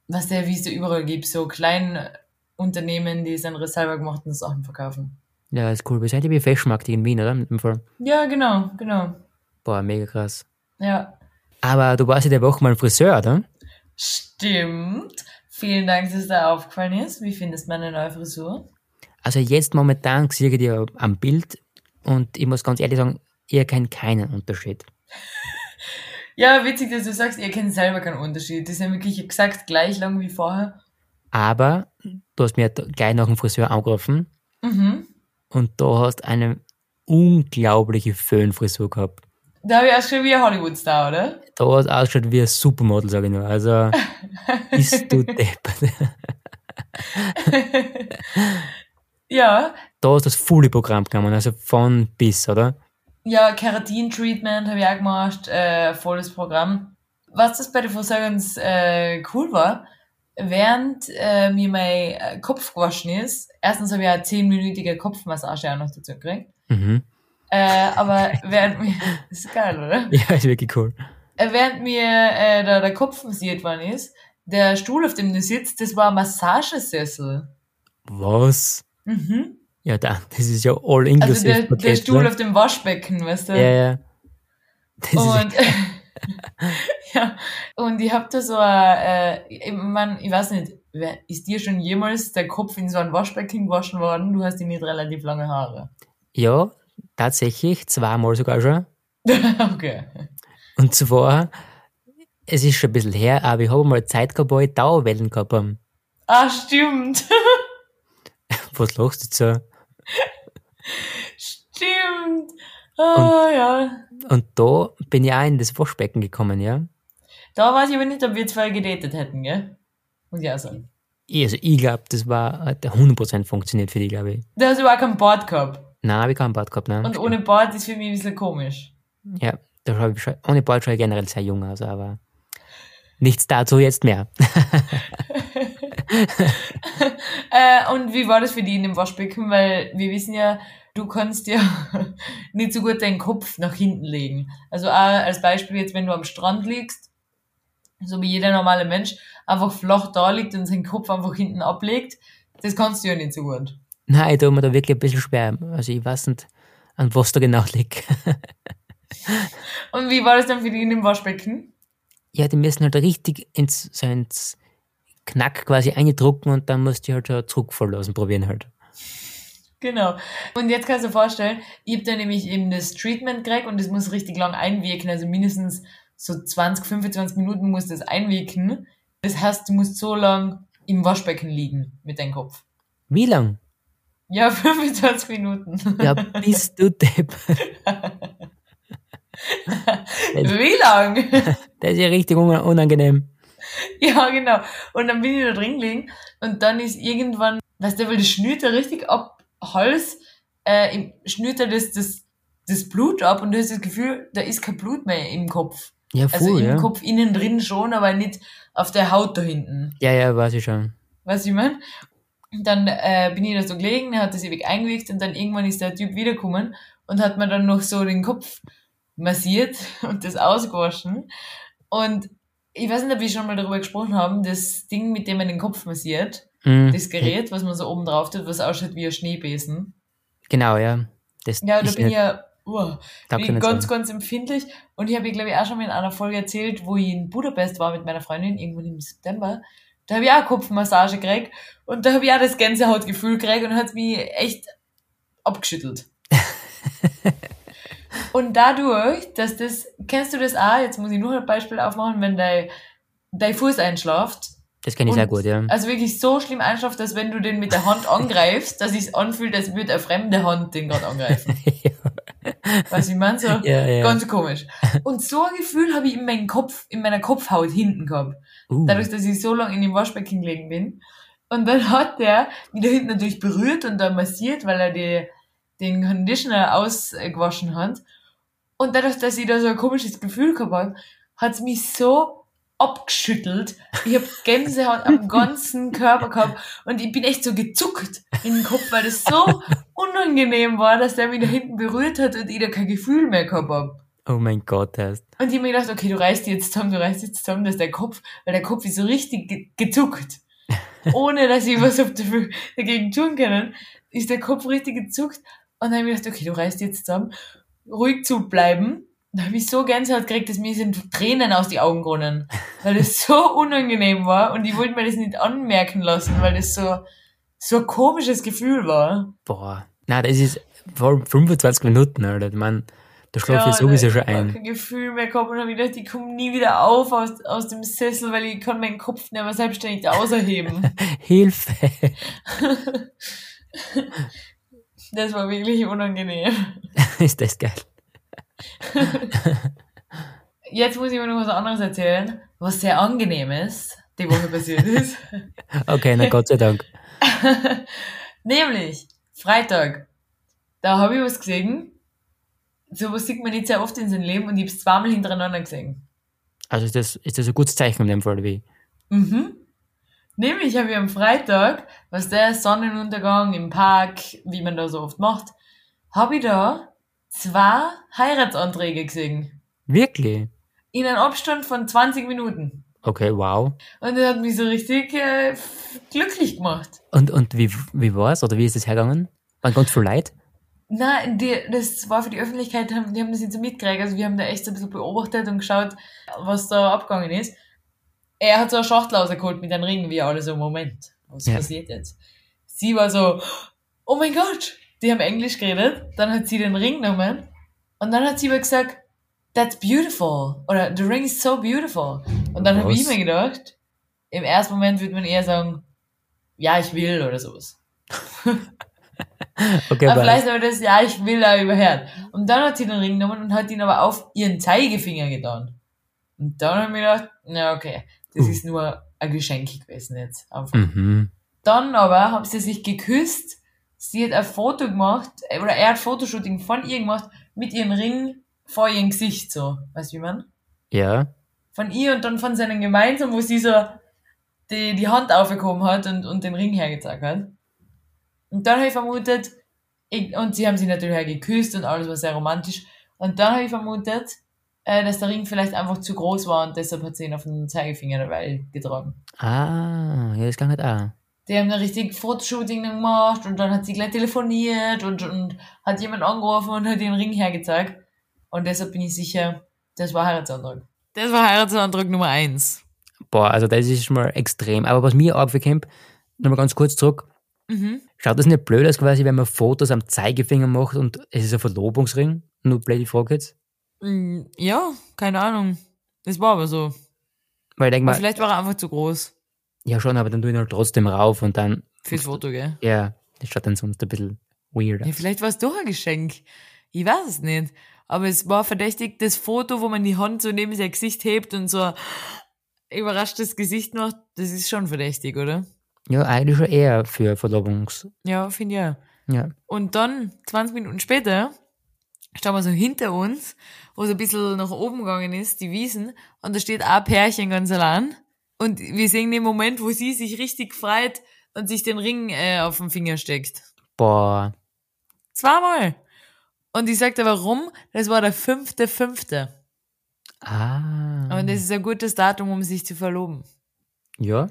Speaker 4: was der, wie es da überall gibt, so kleine Unternehmen, die seine selber gemachten Sachen verkaufen.
Speaker 3: ja, ist cool. Wir sind ja wie Festmarkt in Wien, oder? Im Fall.
Speaker 4: Ja, genau, genau.
Speaker 3: Boah, mega krass.
Speaker 4: Ja,
Speaker 3: Aber du warst ja der Woche mal Friseur, oder?
Speaker 4: stimmt. Vielen Dank, dass es da aufgefallen ist. Wie findest du meine neue Frisur?
Speaker 3: Also jetzt momentan sehe ich dir am Bild und ich muss ganz ehrlich sagen, ihr kennt keinen Unterschied.
Speaker 4: Ja, witzig, dass du sagst, ihr kennt selber keinen Unterschied. Die sind wirklich exakt gleich lang wie vorher.
Speaker 3: Aber du hast mir gleich nach dem Friseur angerufen
Speaker 4: Mhm.
Speaker 3: und du hast eine unglaubliche Föhnfrisur gehabt.
Speaker 4: Da habe ich auch schon wie ein Hollywood-Star, oder?
Speaker 3: Da hast ausgeschaut wie ein Supermodel, sage ich nur. Also bist du deppert.
Speaker 4: Ja.
Speaker 3: Da hast du das volle Programm genommen, also von bis, oder?
Speaker 4: Ja, Keratin-Treatment habe ich auch gemacht, äh, volles Programm. Was das bei den Friseuren ganz äh, cool war, während äh, mir mein äh, Kopf gewaschen ist, erstens habe ich eine zehnminütige Kopfmassage auch noch dazu gekriegt,
Speaker 3: Mhm. [LAUGHS]
Speaker 4: äh, aber während mir, ist geil, oder?
Speaker 3: Ja, ist wirklich cool.
Speaker 4: Äh, während mir äh, da der Kopf massiert worden ist, der Stuhl, auf dem du sitzt, das war ein Massagesessel.
Speaker 3: Was?
Speaker 4: Mhm.
Speaker 3: Ja, da, das ist ja all
Speaker 4: Also
Speaker 3: inclusive ne?
Speaker 4: der, der Stuhl auf dem Waschbecken, weißt du?
Speaker 3: Ja, [LAUGHS] ja. Das ist,
Speaker 4: Und, [LAUGHS] ja, und ich hab da so ein, äh, ich, mein, ich weiß nicht, wer- ist dir schon jemals der Kopf in so ein Waschbecken gewaschen worden? Du hast ja nicht relativ lange Haare. [LAUGHS]
Speaker 3: ja, tatsächlich, zweimal sogar schon.
Speaker 4: okay.
Speaker 3: Und zwar, es ist schon ein bisschen her, aber ich habe mal Zeit gehabt, wo ich Dauerwellen gehabt habe.
Speaker 4: Ah, stimmt. [LAUGHS]
Speaker 3: Was lachst du jetzt so?
Speaker 4: stimmt. Ah, ja.
Speaker 3: Und da bin ich auch in das Waschbecken gekommen, ja.
Speaker 4: Da weiß ich aber nicht, ob wir zwei gedatet hätten, gell? Muss ich auch sagen.
Speaker 3: Ich, also ich glaube, das war hat 100% funktioniert für dich, glaube ich.
Speaker 4: Da hast du überhaupt kein Bart gehabt.
Speaker 3: Nein, habe ich keinen Bart gehabt, nein.
Speaker 4: Und ohne Bart ist für mich ein bisschen komisch.
Speaker 3: Ja, da schau ich, schon- ohne Bart schaue ich generell sehr jung aus, aber nichts dazu jetzt mehr.
Speaker 4: Äh, und wie war das für die in dem Waschbecken? Weil wir wissen ja, du kannst ja [LAUGHS] nicht so gut deinen Kopf nach hinten legen. Also auch als Beispiel jetzt, wenn du am Strand liegst, so wie jeder normale Mensch, einfach flach da liegt und seinen Kopf einfach hinten ablegt, das kannst du ja nicht so gut.
Speaker 3: Nein, ich tue mir da wirklich ein bisschen schwer. Also ich weiß nicht, an was da genau [LAUGHS] liegt.
Speaker 4: Und wie war das dann für die in dem Waschbecken?
Speaker 3: Ja, die müssen halt richtig ins, so ins Knack quasi eindrucken und dann musst du halt so zurückfallen lassen, probieren halt.
Speaker 4: Genau. Und jetzt kannst du dir vorstellen, ich hab da nämlich eben das Treatment gekriegt und das muss richtig lang einwirken. Also mindestens so 20, 25 Minuten muss das einwirken. Das heißt, du musst so lang im Waschbecken liegen mit deinem Kopf.
Speaker 3: Wie lang?
Speaker 4: Ja, [LAUGHS] 25 Minuten. [LAUGHS]
Speaker 3: Ja, bist du Depp.
Speaker 4: Wie lang? [LAUGHS]
Speaker 3: Das ist ja richtig un- unangenehm.
Speaker 4: ja, genau. Und dann bin ich da drin gelegen und dann ist irgendwann, weißt du, weil das schnürt da richtig ab Hals, äh, im- schnürt da das, das, das Blut ab und du hast das Gefühl, da ist kein Blut mehr im Kopf.
Speaker 3: Ja, voll,
Speaker 4: Also im
Speaker 3: ja.
Speaker 4: Kopf innen drin schon, aber nicht auf der Haut da hinten.
Speaker 3: Ja, ja, weiß ich schon.
Speaker 4: Weißt du, wie ich mein? Und Dann äh, bin ich da so gelegen, er hat das ewig eingewickelt und dann irgendwann ist der Typ wiedergekommen und hat mir dann noch so den Kopf massiert [LAUGHS] und das ausgewaschen. Und ich weiß nicht, ob wir schon mal darüber gesprochen haben, das Ding, mit dem man den Kopf massiert,
Speaker 3: Mhm.
Speaker 4: das Gerät, was man so oben drauf tut, was ausschaut wie ein Schneebesen.
Speaker 3: Genau, ja. Das
Speaker 4: Ja, da
Speaker 3: ist
Speaker 4: bin ich
Speaker 3: nicht,
Speaker 4: ja uah,
Speaker 3: taugt ja
Speaker 4: bin
Speaker 3: nicht
Speaker 4: ganz,
Speaker 3: so.
Speaker 4: ganz empfindlich. Und ich habe, glaube ich, auch schon mal in einer Folge erzählt, wo ich in Budapest war mit meiner Freundin, irgendwann im September. Da habe ich auch eine Kopfmassage gekriegt. Und da habe ich auch das Gänsehautgefühl gekriegt und hat mich echt
Speaker 3: [LAUGHS]
Speaker 4: abgeschüttelt. und dadurch, dass das, kennst du das auch, jetzt muss ich nur ein Beispiel aufmachen, wenn dein, dein Fuß einschlaft.
Speaker 3: Das kenne ich
Speaker 4: und-
Speaker 3: sehr gut, ja.
Speaker 4: Also wirklich so schlimm einschlaft, dass wenn du den mit der
Speaker 3: [LAUGHS]
Speaker 4: Hand angreifst, dass es anfühlt, als würde eine fremde Hand den gerade angreifen. Was ich meine? So,
Speaker 3: [LAUGHS] ja, ja.
Speaker 4: also Ganz komisch. Und so ein Gefühl habe ich in meinem Kopf, in meiner Kopfhaut hinten gehabt.
Speaker 3: Uh,
Speaker 4: Dadurch, dass ich so lange in dem Waschbecken gelegen bin. Und dann hat der mich da hinten natürlich berührt und dann massiert, weil er die, den Conditioner ausgewaschen hat. Und dadurch, dass ich da so ein komisches Gefühl gehabt habe, hat es mich so abgeschüttelt. Ich habe Gänsehaut am ganzen Körper gehabt und ich bin echt so gezuckt in den Kopf, weil das so unangenehm war, dass der mich da hinten berührt hat und ich da kein Gefühl mehr gehabt hab.
Speaker 3: Oh mein Gott, hast.
Speaker 4: Und ich hab mir gedacht, okay, du reißt die jetzt zusammen, du reißt jetzt zusammen, dass der Kopf, weil der Kopf ist so richtig ge gezuckt. Ohne dass ich was hab dafür- dagegen tun können, ist der Kopf richtig gezuckt. Und dann hab ich mir gedacht, okay, du reißt jetzt zusammen, ruhig zu bleiben. Da hab ich so Gänsehaut gekriegt, dass mir sind Tränen aus die Augen ronnen. Weil das so unangenehm war und ich wollte mir das nicht anmerken lassen, weil das so, so ein komisches Gefühl war.
Speaker 3: Boah. Na, das ist vor allem 25 Minuten, Alter. Ich mein, da schlafe ich sowieso
Speaker 4: und
Speaker 3: schon
Speaker 4: ich hab
Speaker 3: ein.
Speaker 4: kein Gefühl mehr gehabt und hab gedacht, ich komme nie wieder auf aus, aus dem Sessel, weil ich kann meinen Kopf nicht mehr selbstständig auserheben.
Speaker 3: Hilfe!
Speaker 4: [LAUGHS]
Speaker 3: [LAUGHS]
Speaker 4: das war wirklich unangenehm.
Speaker 3: ist das geil.
Speaker 4: Jetzt muss ich mir noch was anderes erzählen, was sehr angenehm ist, die
Speaker 3: [LAUGHS]
Speaker 4: Woche passiert ist. [LAUGHS]
Speaker 3: Okay, na Gott sei Dank.
Speaker 4: Nämlich Freitag. Da habe ich was gesehen. Sowas sieht man nicht sehr oft in seinem Leben und ich habe es zweimal hintereinander gesehen.
Speaker 3: Also ist das, ist das ein gutes Zeichen in dem Fall, wie?
Speaker 4: Mhm. Nämlich habe ich am Freitag, was der Sonnenuntergang im Park, wie man da so oft macht, habe ich da zwei Heiratsanträge gesehen.
Speaker 3: Wirklich?
Speaker 4: In einem Abstand von 20 Minuten.
Speaker 3: Okay, wow.
Speaker 4: Und das hat mich so richtig äh, f- glücklich gemacht.
Speaker 3: Und, und wie, wie war's oder wie ist es hergegangen? Waren ganz viel Leute?
Speaker 4: Na, die, das war für die Öffentlichkeit, haben- die haben das nicht so mitgekriegt. Also wir haben da echt so ein bisschen beobachtet und geschaut, was da abgegangen ist. Er hat so eine Schachtel rausgeholt mit einem Ring, wie alle so, Moment, was
Speaker 3: Ja.
Speaker 4: passiert jetzt? Sie war so, oh mein Gott, die haben Englisch geredet, dann hat sie den Ring genommen und dann hat sie aber gesagt, that's beautiful, oder the ring is so beautiful. Und dann habe
Speaker 3: Was?
Speaker 4: ich mir gedacht, im ersten Moment würde man eher sagen, ja, ich will, oder sowas.
Speaker 3: Okay,
Speaker 4: Aber
Speaker 3: aber
Speaker 4: vielleicht aber das, ja, ich will da überhört. Und dann hat sie den Ring genommen und hat ihn aber auf ihren Zeigefinger getan. Und dann hab ich mir gedacht, na okay, das
Speaker 3: Uh.
Speaker 4: ist nur ein Geschenk gewesen jetzt. Einfach.
Speaker 3: mhm.
Speaker 4: Dann aber haben sie sich geküsst, sie hat ein Foto gemacht, äh, oder er hat Fotoshooting von ihr gemacht, mit ihrem Ring vor ihrem Gesicht, so. Weißt du, wie man?
Speaker 3: Ja.
Speaker 4: Von ihr und dann von seinen gemeinsam, wo sie so die, die Hand aufgehoben hat und, und den Ring hergezeigt hat. Und dann habe ich vermutet, ich, und sie haben sich natürlich auch geküsst und alles war sehr romantisch. Und dann habe ich vermutet, äh, dass der Ring vielleicht einfach zu groß war und deshalb hat sie ihn auf den Zeigefinger dabei getragen.
Speaker 3: Ah, ja, das kann halt auch.
Speaker 4: Die haben da richtig Fotoshooting dann gemacht und dann hat sie gleich telefoniert und, und hat jemand angerufen und hat den Ring hergezeigt. Und deshalb bin ich sicher, das war Heiratsantrag. Das war Heiratsantrag Nummer eins.
Speaker 3: Boah, also das ist schon mal extrem. Aber was mir aufgeklemmt, nochmal ganz kurz zurück,
Speaker 4: Mhm.
Speaker 3: Schaut das nicht blöd aus, quasi, wenn man Fotos am Zeigefinger macht und es ist ein Verlobungsring? Nur blöd, ich frage jetzt.
Speaker 4: Mm, Ja, keine Ahnung. Das war aber so.
Speaker 3: Weil ich denke
Speaker 4: Aber
Speaker 3: mal,
Speaker 4: vielleicht war er einfach zu groß
Speaker 3: ja schon, aber dann tue ich ihn halt trotzdem rauf und dann,
Speaker 4: fürs Foto, gell?
Speaker 3: ja, das schaut dann sonst ein bisschen weird
Speaker 4: Ja,
Speaker 3: aus.
Speaker 4: vielleicht war es doch ein Geschenk. Ich weiß es nicht. Aber es war verdächtig, das Foto, wo man die Hand so neben sein Gesicht hebt und so ein überraschtes Gesicht macht, das ist schon verdächtig, oder?
Speaker 3: Ja, eigentlich schon eher für Verlobungs.
Speaker 4: Ja, finde ich ja.
Speaker 3: Ja.
Speaker 4: Und dann, 20 Minuten später, stehen wir so hinter uns, wo so ein bisschen nach oben gegangen ist, die Wiesen, und da steht ein Pärchen ganz allein. Und wir sehen den Moment, wo sie sich richtig freut und sich den Ring äh, auf den Finger steckt.
Speaker 3: Boah,
Speaker 4: Zweimal. Und ich sagte, warum? Das war der fünfte, fünfte.
Speaker 3: ah.
Speaker 4: Und das ist ein gutes Datum, um sich zu verloben.
Speaker 3: Ja,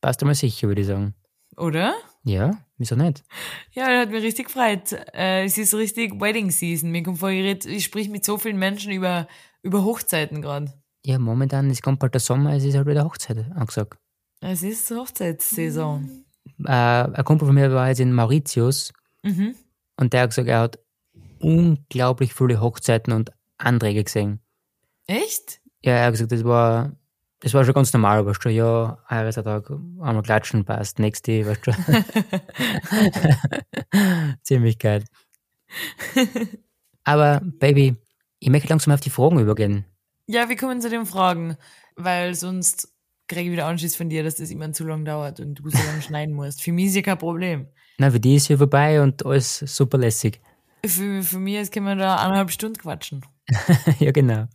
Speaker 3: passt einmal sicher, würde ich sagen.
Speaker 4: Oder?
Speaker 3: Ja, wieso nicht?
Speaker 4: Ja, das hat mich richtig gefreut. Äh, es ist richtig Wedding Season. Mir kommt vor, ich, red- ich sprich mit so vielen Menschen über, über Hochzeiten gerade.
Speaker 3: Ja, momentan, es kommt bald der Sommer, es ist halt wieder Hochzeit angesagt.
Speaker 4: Es ist Hochzeitssaison.
Speaker 3: Äh, ein Kumpel von mir war jetzt in Mauritius
Speaker 4: Mhm.
Speaker 3: Und der hat gesagt, er hat unglaublich viele Hochzeiten und Anträge gesehen.
Speaker 4: Echt?
Speaker 3: Ja, er hat gesagt, das war, das war schon ganz normal, weißt du, ja, Heiratstag, einmal klatschen, passt, nächste, weißt du. [LAUGHS] Ziemlich geil. Aber, Baby, ich möchte langsam auf die Fragen übergehen.
Speaker 4: Ja, wir kommen zu den Fragen, weil sonst kriege ich wieder Anschiss von dir, dass das immer zu lang dauert und du so lange schneiden musst. Für mich ist ja kein Problem.
Speaker 3: Na, für die ist hier vorbei und alles super lässig. [LAUGHS]
Speaker 4: Für, für mich ist, können wir da eineinhalb Stunden quatschen.
Speaker 3: ja, genau.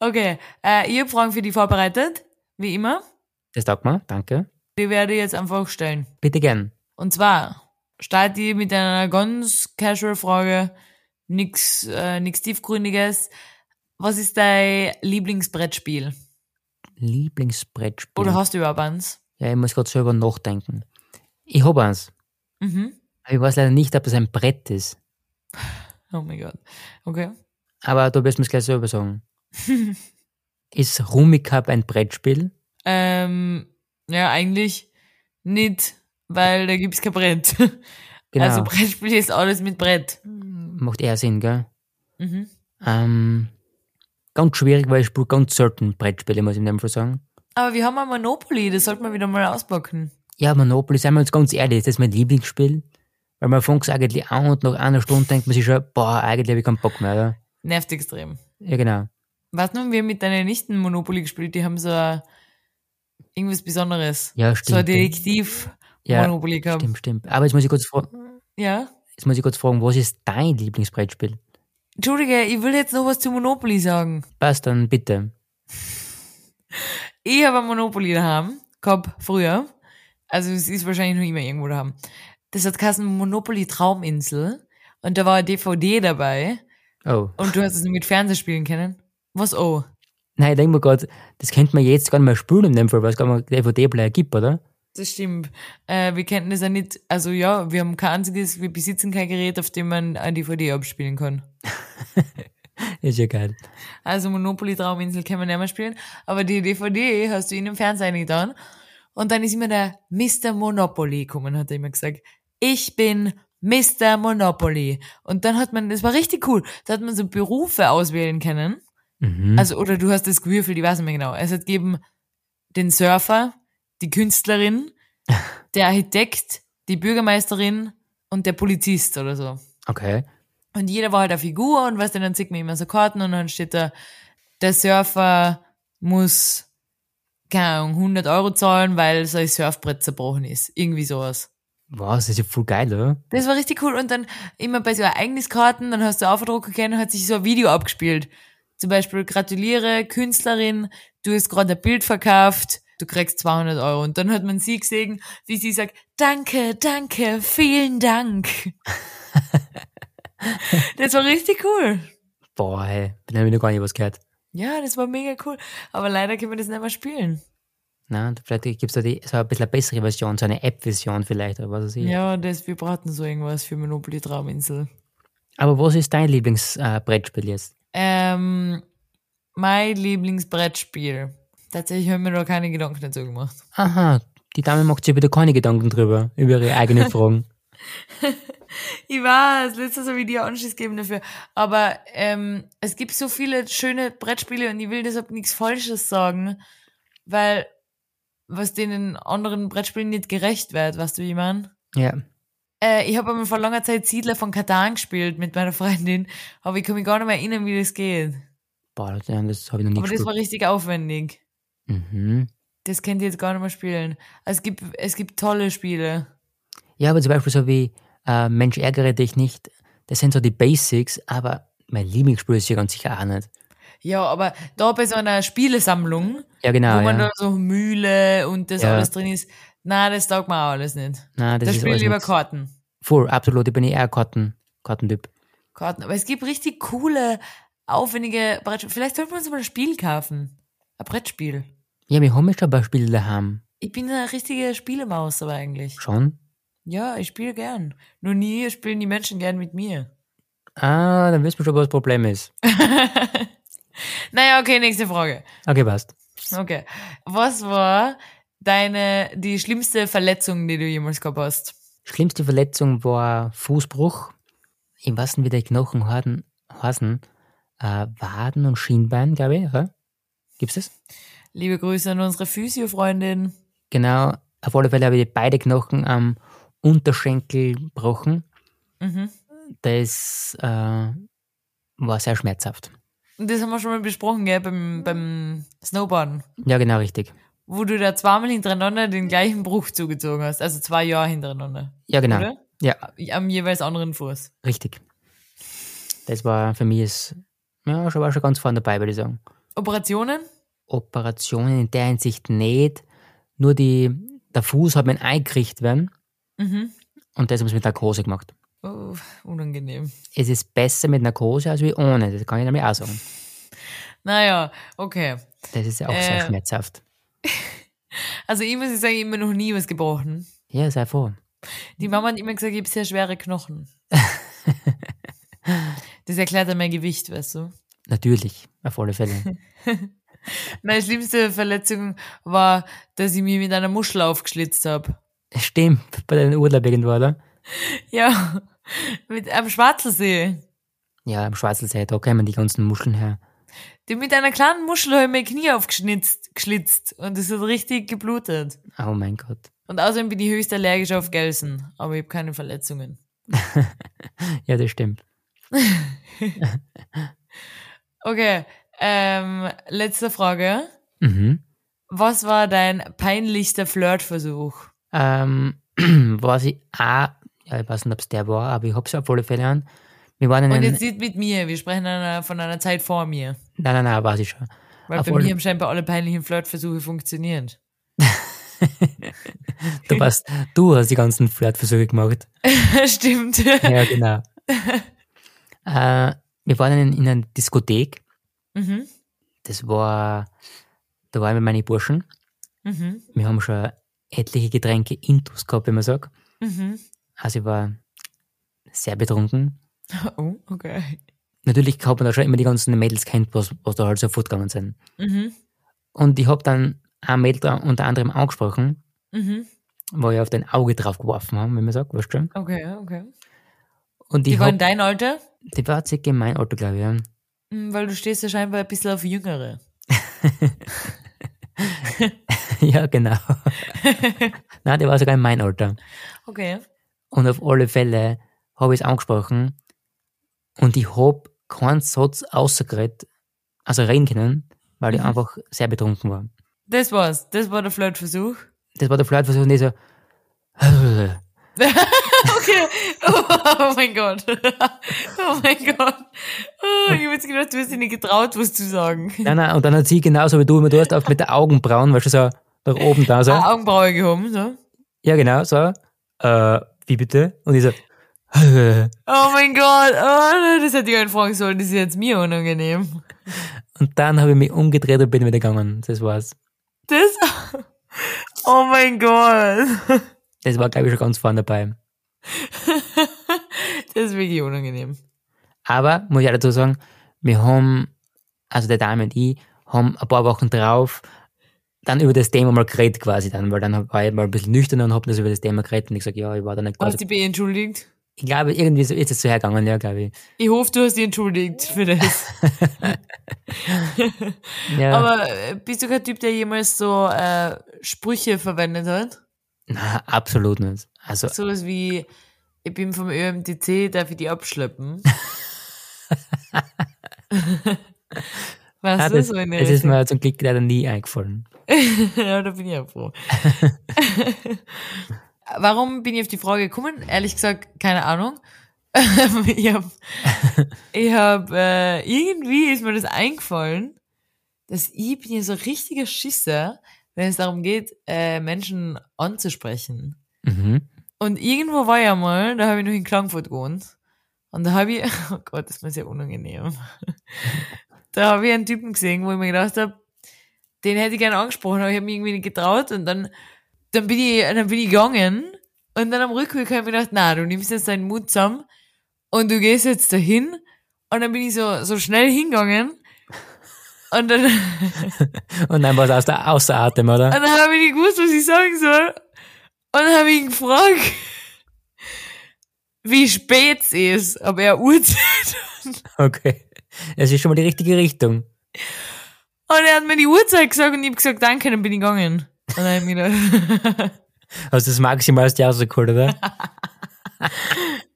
Speaker 4: Okay, äh, ich habe Fragen für dich vorbereitet, wie immer.
Speaker 3: Das taugt mir, danke.
Speaker 4: Die werde ich jetzt einfach stellen.
Speaker 3: Bitte gern.
Speaker 4: Und zwar starte ich mit einer ganz casual Frage, nix, äh, nix tiefgründiges. Was ist dein Lieblingsbrettspiel?
Speaker 3: Lieblingsbrettspiel.
Speaker 4: Oder hast du überhaupt eins?
Speaker 3: Ja, ich muss gerade selber nachdenken. Ich habe eins.
Speaker 4: Mhm.
Speaker 3: Aber ich weiß leider nicht, ob es ein Brett ist.
Speaker 4: Oh mein Gott. Okay.
Speaker 3: Aber du wirst mir gleich selber
Speaker 4: [LAUGHS]
Speaker 3: sagen. ist Rumi Cup ein Brettspiel?
Speaker 4: Ähm, ja, eigentlich nicht, weil da gibt's kein Brett. [LAUGHS]
Speaker 3: Genau.
Speaker 4: Also Brettspiel ist alles mit Brett.
Speaker 3: Macht eher Sinn, gell?
Speaker 4: Mhm.
Speaker 3: Ähm, ganz schwierig, weil ich spiele ganz selten Brettspiele, muss ich in dem Fall sagen.
Speaker 4: Aber wir haben ein Monopoly, das sollten wir wieder mal auspacken.
Speaker 3: Ja, Monopoly, seien wir uns ganz ehrlich, das ist mein Lieblingsspiel. Weil man fängt es eigentlich an und nach einer Stunde denkt man sich schon, boah, eigentlich habe ich keinen Bock mehr, oder?
Speaker 4: Nervt extrem.
Speaker 3: Ja, genau.
Speaker 4: Weißt du, wir haben mit deinen Nichten Monopoly gespielt, die haben so ein, irgendwas Besonderes.
Speaker 3: Ja, stimmt.
Speaker 4: So ein Detektiv-Monopoly gehabt.
Speaker 3: Stimmt, stimmt. Aber jetzt muss ich kurz, fra
Speaker 4: Ja.
Speaker 3: jetzt muss ich kurz fragen, was ist dein Lieblingsbrettspiel?
Speaker 4: Entschuldige, ich will jetzt noch was zu Monopoly sagen.
Speaker 3: Passt dann, bitte.
Speaker 4: Ich habe ein Monopoly daheim, gehabt früher. Also es ist wahrscheinlich noch immer irgendwo daheim. Das hat Kassen Monopoly Trauminsel und da war eine DVD dabei
Speaker 3: Oh.
Speaker 4: und du hast es nur mit Fernsehspielen kennen. Was oh?
Speaker 3: Nein, ich denke mir gerade, das könnte man jetzt gar nicht mehr spielen in dem Fall, weil es gar nicht mehr DVD-Player gibt, oder?
Speaker 4: Das stimmt. Äh, wir kennen das ja nicht. Also ja, wir haben kein einziges, wir besitzen kein Gerät, auf dem man eine DVD abspielen kann.
Speaker 3: Ist ja geil.
Speaker 4: Also Monopoly Trauminsel kann man nicht mehr spielen. Aber die DVD hast du in den Fernseher getan. Und dann ist immer der Mr. Monopoly gekommen, hat er immer gesagt. Ich bin Mr. Monopoly. Und dann hat man, das war richtig cool. Da hat man so Berufe auswählen können.
Speaker 3: Mhm.
Speaker 4: Also, oder du hast das gewürfelt, ich weiß nicht mehr genau. Es hat gegeben den Surfer, die Künstlerin, der Architekt, die Bürgermeisterin und der Polizist oder so.
Speaker 3: okay.
Speaker 4: Und jeder war halt eine Figur und weißt du, dann sieht man immer so Karten und dann steht da, der Surfer muss, keine Ahnung, 100 Euro zahlen, weil sein Surfbrett zerbrochen ist. Irgendwie sowas.
Speaker 3: Was, das ist ja voll geil, oder?
Speaker 4: Das war richtig cool. Und dann immer bei so Ereigniskarten, dann hast du Aufdruck gekannt und hat sich so ein Video abgespielt. Zum Beispiel, gratuliere Künstlerin, du hast gerade ein Bild verkauft, du kriegst 200 Euro. Und dann hat man sie gesehen, wie sie sagt, danke, danke, vielen Dank. das war richtig cool.
Speaker 3: Boah, hey, da habe ich noch gar nicht was gehört.
Speaker 4: Ja, das war mega cool. Aber leider können wir das nicht mehr spielen.
Speaker 3: Na, vielleicht gibt es da die, so ein bisschen eine bessere Version, so eine App-Version vielleicht, oder was weiß ich.
Speaker 4: Ja, das, wir brauchten so irgendwas für Monopoly Trauminsel.
Speaker 3: Aber was ist dein Lieblingsbrettspiel äh, Brettspiel jetzt?
Speaker 4: Ähm, mein Lieblingsbrettspiel. Tatsächlich habe ich mir da keine Gedanken dazu gemacht.
Speaker 3: Aha, die Dame macht sich wieder keine Gedanken drüber, über ihre
Speaker 4: [LAUGHS]
Speaker 3: eigenen Fragen.
Speaker 4: Ich weiß, letztes habe ich dir Anschiss gegeben dafür. Aber ähm, es gibt so viele schöne Brettspiele und ich will deshalb nichts Falsches sagen, weil was denen anderen Brettspielen nicht gerecht wird, weißt du, wie ich mein?
Speaker 3: Ja.
Speaker 4: Äh, ich habe einmal vor langer Zeit Siedler von Katan gespielt mit meiner Freundin, aber ich kann mich gar nicht mehr erinnern, wie das geht.
Speaker 3: Boah, das habe ich noch nie
Speaker 4: Aber das
Speaker 3: gespielt.
Speaker 4: war richtig aufwendig.
Speaker 3: Mhm.
Speaker 4: Das könnt ihr jetzt gar nicht mehr spielen. Es gibt, es gibt tolle Spiele.
Speaker 3: Ja, aber zum Beispiel so wie äh, Mensch ärgere dich nicht, das sind so die Basics, aber mein Lieblingsspiel ist ja ganz sicher auch nicht.
Speaker 4: Ja, aber da bei so einer Spielesammlung,
Speaker 3: Ja,
Speaker 4: wo
Speaker 3: genau,
Speaker 4: man
Speaker 3: ja.
Speaker 4: da so Mühle und das
Speaker 3: Ja.
Speaker 4: alles drin ist, na, das taugt mir auch alles nicht.
Speaker 3: Nein, das
Speaker 4: da
Speaker 3: ist
Speaker 4: spiele
Speaker 3: alles
Speaker 4: ich lieber
Speaker 3: nix.
Speaker 4: Karten.
Speaker 3: Voll, absolut, ich bin eher ein Karten, Kartentyp.
Speaker 4: Karten. Aber es gibt richtig coole, aufwendige Brettspiele. Vielleicht sollten wir uns mal ein Spiel kaufen. Ein Brettspiel.
Speaker 3: Ja, wir haben ja schon ein paar Spiele daheim.
Speaker 4: Ich bin eine richtige Spielemaus aber eigentlich.
Speaker 3: Schon?
Speaker 4: Ja, ich spiele gern. Nur nie spielen die Menschen gern mit mir.
Speaker 3: Ah, dann wissen wir schon, was das Problem ist.
Speaker 4: Naja, okay, nächste Frage.
Speaker 3: Okay, passt.
Speaker 4: Okay. Was war deine, die schlimmste Verletzung, die du jemals gehabt hast?
Speaker 3: Schlimmste Verletzung war Fußbruch. Im wahrsten wie der Knochen hatten- heißen, äh, Waden und Schienbein, glaube ich. Oder? Gibt's das?
Speaker 4: Liebe Grüße an unsere Physio-Freundin.
Speaker 3: Genau, auf alle Fälle habe ich beide Knochen am Unterschenkel gebrochen.
Speaker 4: Mhm.
Speaker 3: Das äh, war sehr schmerzhaft.
Speaker 4: Und das haben wir schon mal besprochen, gell, beim, beim Snowboarden.
Speaker 3: Ja, genau, richtig.
Speaker 4: Wo du da zweimal hintereinander den gleichen Bruch zugezogen hast. Also zwei Jahre hintereinander.
Speaker 3: Ja, genau.
Speaker 4: Oder?
Speaker 3: Ja,
Speaker 4: Am jeweils anderen Fuß.
Speaker 3: richtig. Das war für mich, das, ja, schon war schon ganz vorne dabei, würde ich sagen.
Speaker 4: Operationen?
Speaker 3: Operationen in der Hinsicht nicht. Nur die, der Fuß hat mir eingekriegt werden
Speaker 4: Mhm.
Speaker 3: und das haben sie mit Narkose gemacht.
Speaker 4: Oh, unangenehm.
Speaker 3: Es ist besser mit Narkose als wie ohne, das kann ich nämlich auch sagen.
Speaker 4: Naja, okay.
Speaker 3: Das ist ja auch sehr
Speaker 4: Äh.
Speaker 3: schmerzhaft.
Speaker 4: Also ich muss sagen, ich habe mir noch nie was gebrochen.
Speaker 3: Ja, sei froh.
Speaker 4: Die Mama hat immer gesagt, ich habe sehr schwere Knochen. das erklärt dann mein Gewicht, weißt du.
Speaker 3: Natürlich, auf alle Fälle.
Speaker 4: Meine schlimmste Verletzung war, dass ich mich mit einer Muschel aufgeschlitzt habe.
Speaker 3: Stimmt, bei deinem Urlaub irgendwo, oder?
Speaker 4: Ja, [LAUGHS] mit einem Schwarzelsee.
Speaker 3: Ja, am Schwarzelsee, da kämen die ganzen Muscheln her.
Speaker 4: Die mit einer kleinen Muschel habe ich mein Knie aufgeschnitzt geschlitzt und es hat richtig geblutet.
Speaker 3: Oh mein Gott.
Speaker 4: Und außerdem bin ich höchst allergisch auf Gelsen, aber ich habe keine Verletzungen.
Speaker 3: Ja, das stimmt.
Speaker 4: Okay, ähm, letzte Frage.
Speaker 3: Mhm.
Speaker 4: Was war dein peinlichster Flirtversuch?
Speaker 3: Ähm, [CLEARS THROAT] was ich auch, ja, ich weiß nicht, ob es der war, aber ich hab's auf alle Fälle an. Wir waren in
Speaker 4: Und
Speaker 3: einem,
Speaker 4: jetzt nicht mit mir, wir sprechen einer, von einer Zeit vor mir.
Speaker 3: nein, nein, nein, weiß ich schon.
Speaker 4: Weil
Speaker 3: Auf
Speaker 4: bei
Speaker 3: alle-
Speaker 4: mir haben scheinbar alle peinlichen Flirtversuche funktioniert.
Speaker 3: Du, warst, du hast die ganzen Flirtversuche gemacht.
Speaker 4: [LAUGHS] Stimmt.
Speaker 3: Ja,
Speaker 4: [LAUGHS]
Speaker 3: genau. äh, wir waren in, in einer Diskothek.
Speaker 4: Mhm.
Speaker 3: Das war, da waren wir meine Burschen.
Speaker 4: Mhm.
Speaker 3: Wir haben schon etliche Getränke intus gehabt, wie man sagt.
Speaker 4: Mhm.
Speaker 3: Also ich war sehr betrunken.
Speaker 4: Oh, okay.
Speaker 3: Natürlich hat man da schon immer die ganzen Mädels kennt, was, was da halt so fortgegangen sind.
Speaker 4: Mhm.
Speaker 3: Und ich hab dann ein Mädel da unter anderem angesprochen,
Speaker 4: Mhm.
Speaker 3: wo ich auf dein Auge drauf geworfen haben, wenn man sagt, weißt du?
Speaker 4: Okay, okay.
Speaker 3: Und
Speaker 4: Die
Speaker 3: ich
Speaker 4: waren
Speaker 3: hab,
Speaker 4: dein Alter?
Speaker 3: die war circa in mein Auto, glaube ich. Ja. [LAUGHS]
Speaker 4: Hm, Weil du stehst ja scheinbar ein bisschen auf Jüngere.
Speaker 3: ja,
Speaker 4: [LAUGHS]
Speaker 3: genau. Nein, die war sogar in mein Alter.
Speaker 4: Okay.
Speaker 3: Und auf alle Fälle habe ich es angesprochen und ich hab keinen Satz ausgeredet, also reden können, weil ich
Speaker 4: Mhm.
Speaker 3: einfach sehr betrunken war.
Speaker 4: Das war's. Das war der Flirtversuch. [LAUGHS]
Speaker 3: Das war der Flirtversuch und ich so, [LAUGHS]
Speaker 4: Okay. Oh mein Gott. [LAUGHS] Oh mein Gott. Oh, ich habe jetzt gedacht, du hast dir nicht getraut, was zu sagen.
Speaker 3: nein, nein, und dann hat sie genauso wie du immer, du hast auch mit der Augenbrauen, weißt du, so nach oben da, so.
Speaker 4: Ah, Augenbraue gehoben, so.
Speaker 3: Ja, genau, so. Äh, wie bitte? Und ich so, [LAUGHS]
Speaker 4: Oh mein Gott. Oh, das hätte ich einen fragen sollen. Das ist jetzt mir unangenehm.
Speaker 3: und dann habe ich mich umgedreht und bin wieder gegangen. Das war's.
Speaker 4: Das. Oh mein Gott.
Speaker 3: Das war, glaube ich, schon ganz vorne dabei.
Speaker 4: Das ist wirklich unangenehm.
Speaker 3: Aber, muss ich auch dazu sagen, wir haben, also der Dame und ich, haben ein paar Wochen drauf dann über das Thema mal geredet quasi dann, weil dann war ich mal ein bisschen nüchtern und hab das über das Thema geredet und ich gesagt, ja, ich war da nicht
Speaker 4: Hast
Speaker 3: quasi.
Speaker 4: du dich entschuldigt?
Speaker 3: Ich glaube, irgendwie so ist es so hergegangen, ja, glaube ich.
Speaker 4: Ich hoffe, du hast dich entschuldigt für das.
Speaker 3: Ja,
Speaker 4: Aber äh, bist du kein Typ, der jemals so äh, Sprüche verwendet hat?
Speaker 3: na, absolut nicht. Also,
Speaker 4: Sowas wie, ich bin vom ÖMTC, darf ich die
Speaker 3: [LAUGHS]
Speaker 4: abschleppen?
Speaker 3: ah,
Speaker 4: Was
Speaker 3: das,
Speaker 4: ist so
Speaker 3: das
Speaker 4: eine
Speaker 3: ist mir zum Glück leider nie eingefallen.
Speaker 4: [LAUGHS] Ja, da bin ich ja froh. Warum bin ich auf die Frage gekommen? Ehrlich gesagt, keine Ahnung. [LAUGHS] ich habe ich hab, äh, irgendwie ist mir das eingefallen, dass ich bin ja so ein richtiger Schisser, wenn es darum geht, äh, Menschen anzusprechen.
Speaker 3: Mhm.
Speaker 4: Und irgendwo war ja mal, da habe ich noch in Klagenfurt gewohnt. Und da habe ich, [LAUGHS] oh Gott, das ist mir sehr unangenehm. [LAUGHS] da habe ich einen Typen gesehen, wo ich mir gedacht habe, den hätte ich gerne angesprochen, aber ich habe mich irgendwie nicht getraut. Und dann, dann bin ich, dann bin ich gegangen. Und dann am Rückweg habe ich mir gedacht, na, du nimmst jetzt deinen Mut zusammen und du gehst jetzt dahin. Und dann bin ich so, so schnell hingegangen. Und dann, [LAUGHS]
Speaker 3: Und dann war es aus der außer Atem, oder?
Speaker 4: und dann habe ich nicht gewusst, was ich sagen soll. Und dann habe ich ihn gefragt, wie spät es ist, ob er Uhrzeit. [LAUGHS]
Speaker 3: Okay. Es ist schon mal die richtige Richtung.
Speaker 4: Und er hat mir die Uhrzeit gesagt und ich habe gesagt, danke, dann bin ich gegangen. Und dann hab ich mir gedacht, [LAUGHS]
Speaker 3: Also das maximalste rausgeholt, oder?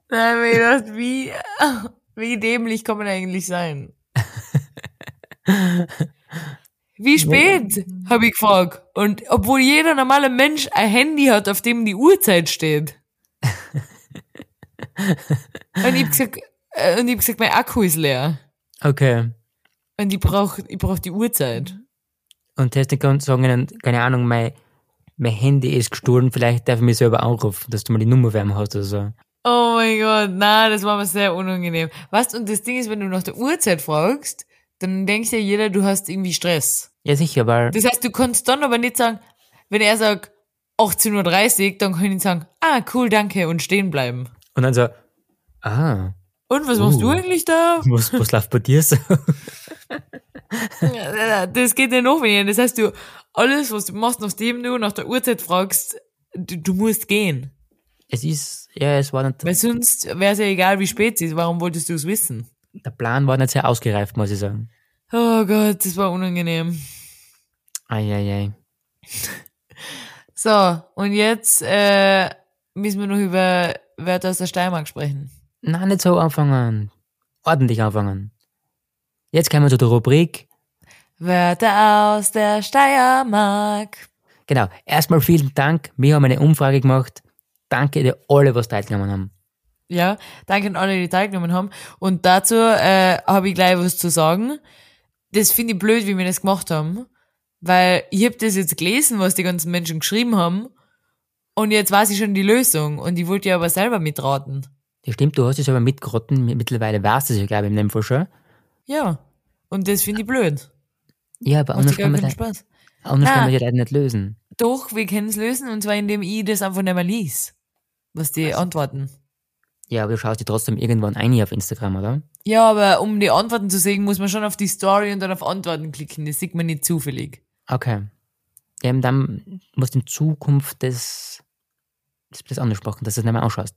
Speaker 4: dann hab ich mir gedacht wie, wie dämlich kann man eigentlich sein? Wie spät, habe ich gefragt. Und obwohl jeder normale Mensch ein Handy hat, auf dem die Uhrzeit steht. Und ich hab gesagt, äh, und ich hab gesagt, mein Akku ist leer.
Speaker 3: Okay.
Speaker 4: Und ich brauche ich brauch die Uhrzeit.
Speaker 3: Und das heißt, kann sagen, ihnen, keine Ahnung, mein, mein Handy ist gestohlen, vielleicht darf ich mich selber anrufen, dass du mal die Nummer für ihn hast oder so.
Speaker 4: Oh mein Gott, na, das war mir sehr unangenehm. Weißt, und das Ding ist, wenn du nach der Uhrzeit fragst, dann denkt ja jeder, du hast irgendwie Stress.
Speaker 3: Ja, sicher, weil
Speaker 4: Das heißt, du kannst dann aber nicht sagen, wenn er sagt 18.30 Uhr, dann kann ich sagen, ah, cool, danke und stehen bleiben.
Speaker 3: Und dann so, ah,
Speaker 4: Und was machst du
Speaker 3: Uh.
Speaker 4: eigentlich da?
Speaker 3: was, was läuft bei
Speaker 4: [LAUGHS]
Speaker 3: dir so?
Speaker 4: Das geht ja noch weniger. Das heißt, du, alles, was du machst, nachdem du nach der Uhrzeit fragst, du, du musst gehen.
Speaker 3: Es ist, ja, es war nicht,
Speaker 4: Weil sonst wäre es ja egal, wie spät es ist. Warum wolltest du es wissen?
Speaker 3: der Plan war nicht sehr ausgereift, muss ich sagen.
Speaker 4: Oh Gott, das war unangenehm.
Speaker 3: Eieiei.
Speaker 4: So, und jetzt äh, müssen wir noch über Wörter aus der Steiermark sprechen.
Speaker 3: Nein, nicht so anfangen. Ordentlich anfangen. Jetzt kommen wir zu der Rubrik.
Speaker 4: Wörter aus der Steiermark.
Speaker 3: Genau. Erstmal vielen Dank. Wir haben eine Umfrage gemacht. Danke dir alle, was teilgenommen haben.
Speaker 4: Ja, danke an alle, die teilgenommen haben. Und dazu äh, habe ich gleich was zu sagen. Das finde ich blöd, wie wir das gemacht haben. Weil ich habe das jetzt gelesen, was die ganzen Menschen geschrieben haben. Und jetzt weiß ich schon die Lösung. Und ich wollte ja aber selber mitraten.
Speaker 3: Das stimmt, du hast es aber mitgerotten. Mittlerweile warst du es ja, glaube ich, in dem Fall schon.
Speaker 4: Ja. Und das finde ich blöd.
Speaker 3: Ja, aber
Speaker 4: Macht
Speaker 3: anders
Speaker 4: ja gar
Speaker 3: kann man
Speaker 4: keinen
Speaker 3: das
Speaker 4: Spaß.
Speaker 3: anders
Speaker 4: Ah.
Speaker 3: kann man das leider nicht lösen.
Speaker 4: Doch, wir können es lösen. Und zwar indem ich das einfach nicht mehr lies. Was die antworten.
Speaker 3: Ja, aber du schaust dir trotzdem irgendwann ein auf Instagram, oder?
Speaker 4: Ja, aber um die Antworten zu sehen, muss man schon auf die Story und dann auf Antworten klicken. Das sieht man nicht zufällig.
Speaker 3: Okay. Ähm, dann musst du in Zukunft das, das, das anders machen, dass du das nicht mehr anschaust.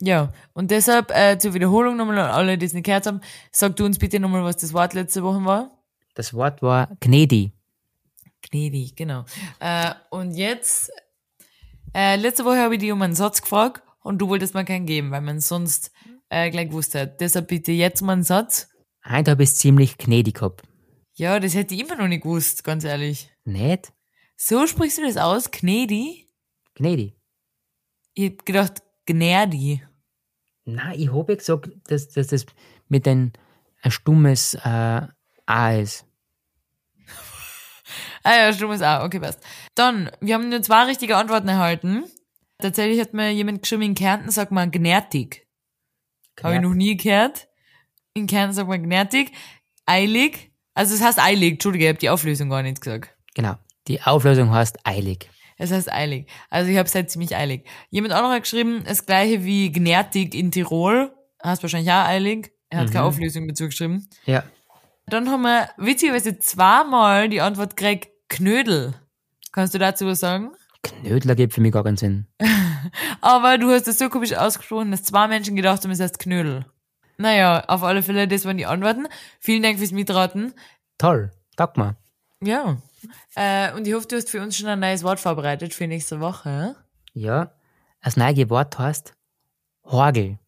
Speaker 4: Ja, und deshalb äh, zur Wiederholung nochmal an alle, die es nicht gehört haben, sag du uns bitte nochmal, was das Wort letzte Woche war.
Speaker 3: Das Wort war Gnedi.
Speaker 4: Gnädig, genau. Äh, und jetzt, äh, letzte Woche habe ich dich um einen Satz gefragt und du wolltest mir keinen geben, weil man sonst äh, gleich gewusst hat. Deshalb bitte jetzt mal einen Satz.
Speaker 3: Heute habe ich es ziemlich gnädig gehabt.
Speaker 4: Ja, das hätte ich immer noch nicht gewusst, ganz ehrlich.
Speaker 3: Nicht?
Speaker 4: So sprichst du das aus, Gnädig?
Speaker 3: Gnädig.
Speaker 4: Ich hab gedacht, Gnädi.
Speaker 3: Nein, ich habe ja gesagt, dass, dass das mit ein, ein stummes äh, A ist.
Speaker 4: Ah ja, stimmt ist auch. Okay, passt. Dann, wir haben nur zwei richtige Antworten erhalten. Tatsächlich hat mir jemand geschrieben, in Kärnten sagt man gnärtig. Habe ich noch nie gehört. In Kärnten sagt man gnärtig. Eilig. Also es heißt eilig. Entschuldige, ich habe die Auflösung gar nicht gesagt.
Speaker 3: Genau. Die Auflösung heißt eilig.
Speaker 4: Es heißt eilig. Also ich habe es halt ziemlich eilig. Jemand anderer hat geschrieben, das gleiche wie gnärtig in Tirol. Heißt wahrscheinlich auch eilig. Er hat keine Auflösung dazu geschrieben.
Speaker 3: Ja.
Speaker 4: Dann haben wir witzigerweise zweimal die Antwort gekriegt, Knödel. Kannst du dazu was sagen?
Speaker 3: Knödler gibt für mich gar keinen Sinn.
Speaker 4: Aber du hast es so komisch ausgesprochen, dass zwei Menschen gedacht haben, es heißt Knödel. Naja, auf alle Fälle, das waren die Antworten. Vielen Dank fürs Mitraten.
Speaker 3: Toll. Taugt mir.
Speaker 4: Ja. Äh, und ich hoffe, du hast für uns schon ein neues Wort vorbereitet für nächste Woche.
Speaker 3: Ja. Das neue Wort heißt Horgel.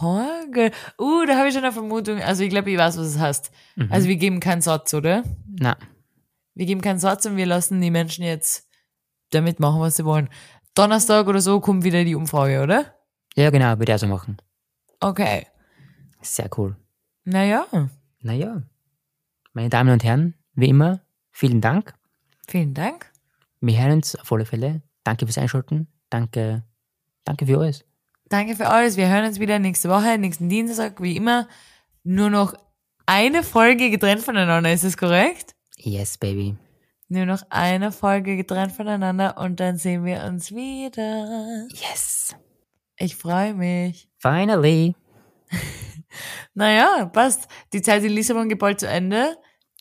Speaker 4: Horgel. Uh, da habe ich schon eine Vermutung. Also ich glaube, ich weiß, was es heißt. Also wir geben keinen Satz, oder?
Speaker 3: Na,
Speaker 4: Wir geben keinen Satz und wir lassen die Menschen jetzt damit machen, was sie wollen. Donnerstag oder so kommt wieder die Umfrage, oder?
Speaker 3: ja genau, würde ich auch so machen.
Speaker 4: Okay.
Speaker 3: Sehr cool.
Speaker 4: Naja.
Speaker 3: Naja, meine Damen und Herren, wie immer, vielen Dank.
Speaker 4: Vielen Dank.
Speaker 3: Wir hören uns auf alle Fälle. Danke fürs Einschalten. Danke, danke für alles.
Speaker 4: Danke für alles. Wir hören uns wieder nächste Woche, nächsten Dienstag, wie immer. Nur noch eine Folge getrennt voneinander, ist das korrekt?
Speaker 3: Yes, baby.
Speaker 4: Nur noch eine Folge getrennt voneinander und dann sehen wir uns wieder.
Speaker 3: Yes.
Speaker 4: Ich freue mich.
Speaker 3: Finally.
Speaker 4: Naja, passt. Die Zeit in Lissabon geht bald zu Ende.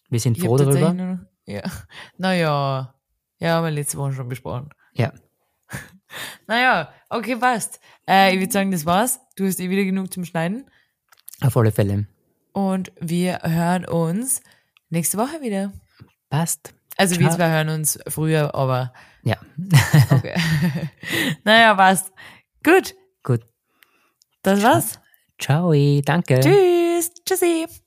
Speaker 3: Wir sind
Speaker 4: hab
Speaker 3: froh
Speaker 4: tatsächlich
Speaker 3: darüber.
Speaker 4: nur noch, ja. Naja. Ja, haben wir letzte Woche schon besprochen.
Speaker 3: Ja,
Speaker 4: Naja, okay, passt. Äh, ich würde sagen, das war's. Du hast eh wieder genug zum Schneiden.
Speaker 3: auf alle Fälle.
Speaker 4: Und wir hören uns nächste Woche wieder.
Speaker 3: Passt.
Speaker 4: Also wir
Speaker 3: Ciao.
Speaker 4: zwei hören uns früher, aber
Speaker 3: Ja,
Speaker 4: okay. [LAUGHS] naja, was. Gut,
Speaker 3: gut.
Speaker 4: das war's.
Speaker 3: Ciao, danke.
Speaker 4: Tschüss. Tschüssi.